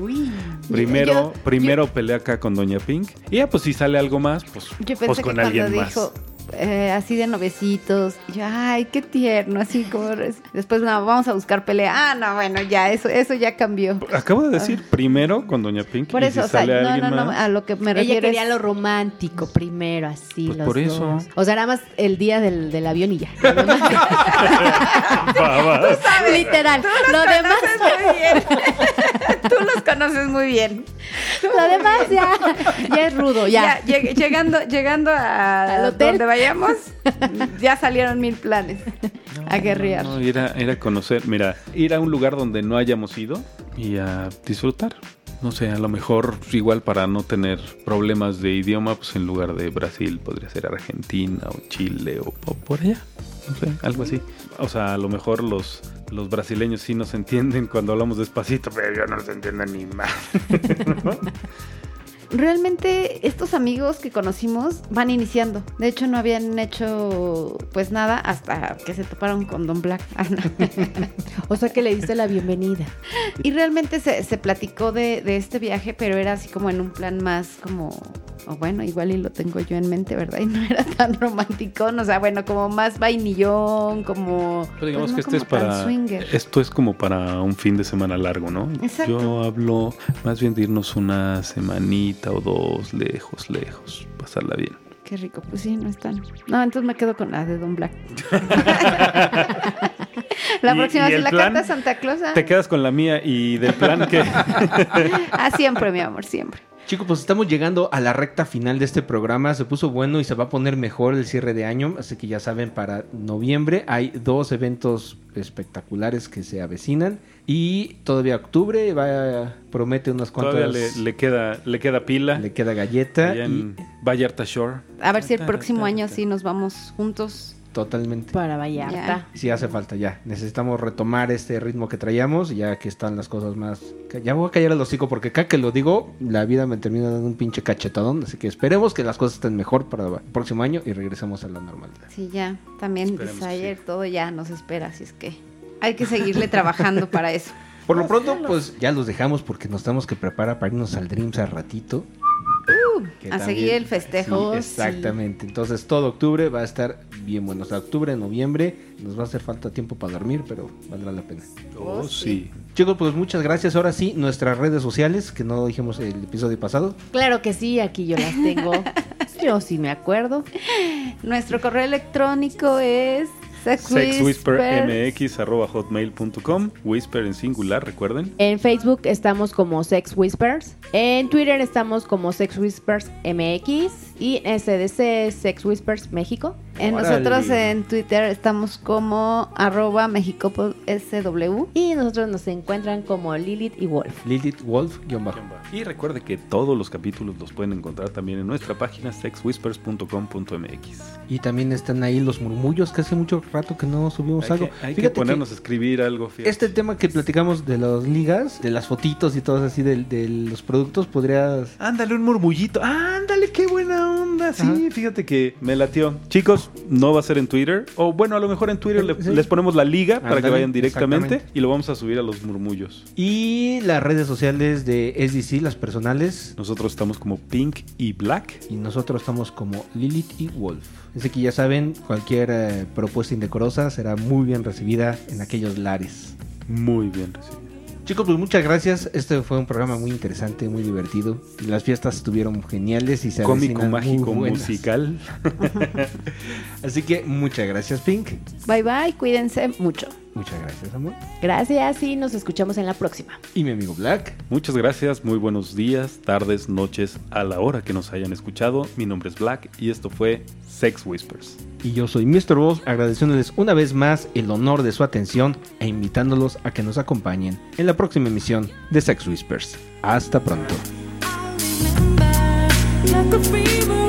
[SPEAKER 4] Primero,
[SPEAKER 1] Yo-
[SPEAKER 4] primero pelea acá con Doña Pink. Y ya, pues si sale algo más, pues,
[SPEAKER 1] Yo pensé
[SPEAKER 4] pues
[SPEAKER 1] que
[SPEAKER 4] con
[SPEAKER 1] cuando
[SPEAKER 4] alguien más.
[SPEAKER 1] dijo... eh, así de novecitos, y yo, ay, qué tierno, así como después no, vamos a buscar pelea. Ah, no, bueno, ya eso, eso ya cambió.
[SPEAKER 4] Acabo de decir primero con Doña Pink.
[SPEAKER 1] Ah. Por
[SPEAKER 4] y
[SPEAKER 1] eso,
[SPEAKER 4] si
[SPEAKER 1] o sea,
[SPEAKER 4] sale
[SPEAKER 1] no,
[SPEAKER 4] alguien
[SPEAKER 1] no, no,
[SPEAKER 4] más-
[SPEAKER 1] a lo que me
[SPEAKER 3] Ella
[SPEAKER 1] refiero es-
[SPEAKER 3] quería lo romántico primero, así.
[SPEAKER 4] Pues
[SPEAKER 3] los
[SPEAKER 4] por eso.
[SPEAKER 3] dos. O sea, nada más el día del, del avión y ya. Lo demás-
[SPEAKER 4] Babas.
[SPEAKER 3] Literal. Lo demás,
[SPEAKER 1] conoces muy bien. Tú los conoces muy bien.
[SPEAKER 3] lo demás ya, ya es rudo, ya.
[SPEAKER 1] Oh, Ya, lleg- llegando, llegando a
[SPEAKER 3] Al hotel.
[SPEAKER 1] donde vayamos, ya salieron mil planes. a guerrear.
[SPEAKER 4] No, ir, a, ir a conocer, mira, ir a un lugar donde no hayamos ido y a disfrutar. No sé, a lo mejor igual para no tener problemas de idioma, pues en lugar de Brasil podría ser Argentina o Chile o, o por allá. No sé, algo así. O sea, a lo mejor los, los brasileños sí nos entienden cuando hablamos despacito, pero yo no los entiendo ni más.
[SPEAKER 1] realmente estos amigos que conocimos van iniciando. De hecho, no habían hecho pues nada hasta que se toparon con Don Black. Ah, no.
[SPEAKER 3] O sea que le diste la bienvenida.
[SPEAKER 1] y realmente se, se platicó de, de este viaje, pero era así como en un plan más como... O bueno, igual y lo tengo yo en mente, ¿verdad? Y no era tan romántico, o sea, bueno, como más vainillón, como...
[SPEAKER 4] Pero digamos
[SPEAKER 1] pues no
[SPEAKER 4] que este es
[SPEAKER 1] como tan
[SPEAKER 4] para.
[SPEAKER 1] swinger.
[SPEAKER 4] Esto es como para un fin de semana largo, ¿no?
[SPEAKER 1] Exacto.
[SPEAKER 4] Yo hablo más bien de irnos una semanita o dos lejos, lejos, pasarla bien.
[SPEAKER 1] Qué rico, pues sí, no están. No, entonces me quedo con la de Don Black. la
[SPEAKER 4] ¿Y-
[SPEAKER 1] próxima
[SPEAKER 4] y
[SPEAKER 1] vez
[SPEAKER 4] el
[SPEAKER 1] la
[SPEAKER 4] plan?
[SPEAKER 1] canta Santa Claus. ah?
[SPEAKER 4] Te quedas con la mía y del plan que.
[SPEAKER 1] Ah, siempre, mi amor, siempre.
[SPEAKER 5] Chicos, pues estamos llegando a la recta final de este programa. Se puso bueno y se va a poner mejor el cierre de año. Así que ya saben, para noviembre hay dos eventos espectaculares que se avecinan. Y todavía octubre va, promete unas cuantas.
[SPEAKER 4] Todavía le, le queda, le queda pila.
[SPEAKER 5] le queda galleta.
[SPEAKER 4] allá
[SPEAKER 5] Y
[SPEAKER 4] en Vallarta Shore.
[SPEAKER 1] A ver si el próximo año sí nos vamos juntos.
[SPEAKER 5] totalmente.
[SPEAKER 3] Para Vallarta.
[SPEAKER 5] Sí, hace falta ya. Necesitamos retomar este ritmo que traíamos, ya que están las cosas más... Ya me voy a callar el hocico porque cada que lo digo, la vida me termina dando un pinche cachetadón. Así que esperemos que las cosas estén mejor para el próximo año y regresemos a la normalidad.
[SPEAKER 1] Sí, ya. También
[SPEAKER 4] Esperemos,
[SPEAKER 1] Desire, todo ya nos espera, así es que hay que seguirle trabajando para eso.
[SPEAKER 5] Por lo pronto, pues ya los dejamos porque nos tenemos que preparar para irnos al Dreams al ratito. Que
[SPEAKER 1] a
[SPEAKER 5] también-
[SPEAKER 1] seguir el festejo,
[SPEAKER 5] Sí,
[SPEAKER 1] sí.
[SPEAKER 5] exactamente. Entonces todo octubre va a estar bien bueno. O sea, octubre, noviembre, nos va a hacer falta tiempo para dormir, pero valdrá la pena.
[SPEAKER 4] Oh, sí.
[SPEAKER 5] Chicos, pues muchas gracias. Ahora sí, nuestras redes sociales, que no dijimos el episodio pasado.
[SPEAKER 3] Claro que sí, aquí yo las tengo. Yo sí me acuerdo.
[SPEAKER 1] Nuestro correo electrónico es sexwhispermx.
[SPEAKER 4] Sexwhispermx.hotmail.com. Whisper en singular, recuerden.
[SPEAKER 3] En Facebook estamos como Sex Whispers. En Twitter estamos como Sex Whispers MX. Y en SDC Sex Whispers México.
[SPEAKER 1] En
[SPEAKER 5] Órale.
[SPEAKER 1] nosotros en Twitter estamos como arroba mexicopodsw.
[SPEAKER 3] Y nosotros nos encuentran como Lilith y Wolf.
[SPEAKER 5] Lilith Wolf, guión bajo.
[SPEAKER 4] Y recuerde que todos los capítulos los pueden encontrar también en nuestra página sexwhispers.com.mx.
[SPEAKER 5] Y también están ahí los murmullos, que hace mucho rato que no subimos
[SPEAKER 4] hay
[SPEAKER 5] algo.
[SPEAKER 4] que, hay que
[SPEAKER 5] Fíjate que
[SPEAKER 4] ponernos a escribir algo. fíjate.
[SPEAKER 5] este tema que platicamos de las ligas, de las fotitos y todo así de, de los productos, podrías...
[SPEAKER 4] Ándale, un murmullito. Ándale, qué buena onda. Sí,
[SPEAKER 5] Ajá.
[SPEAKER 4] fíjate que me latió. Chicos, no va a ser en Twitter. O bueno, a lo mejor en Twitter le-
[SPEAKER 5] Sí.
[SPEAKER 4] les ponemos la liga para que
[SPEAKER 5] Ándale,
[SPEAKER 4] vayan directamente
[SPEAKER 5] exactamente.
[SPEAKER 4] y lo vamos a subir a los murmullos.
[SPEAKER 5] Y las redes sociales de SDC, las personales.
[SPEAKER 4] Nosotros estamos como Pink y Black.
[SPEAKER 5] Y nosotros estamos como Lilith y Wolf. Así que ya saben, cualquier eh, propuesta indecorosa será muy bien recibida en aquellos lares.
[SPEAKER 4] Muy bien recibido.
[SPEAKER 5] Chicos, pues muchas gracias. Este fue un programa muy interesante, muy divertido. Las fiestas estuvieron geniales y se
[SPEAKER 4] Cómico,
[SPEAKER 5] avecinan muy
[SPEAKER 4] mágico,
[SPEAKER 5] buenas.
[SPEAKER 4] musical.
[SPEAKER 5] Así que muchas gracias, Pink.
[SPEAKER 1] Bye bye, cuídense mucho.
[SPEAKER 5] Muchas gracias, amor.
[SPEAKER 3] Gracias y nos escuchamos en la próxima.
[SPEAKER 5] Y mi amigo Black.
[SPEAKER 4] Muchas gracias, muy buenos días, tardes, noches, a la hora que nos hayan escuchado. Mi nombre es Black y esto fue Sex Whispers.
[SPEAKER 5] Y yo soy Mr. Wolf, agradeciéndoles una vez más el honor de su atención e invitándolos a que nos acompañen en la próxima emisión de Sex Whispers. Hasta pronto.
[SPEAKER 6] I'll remember like a fever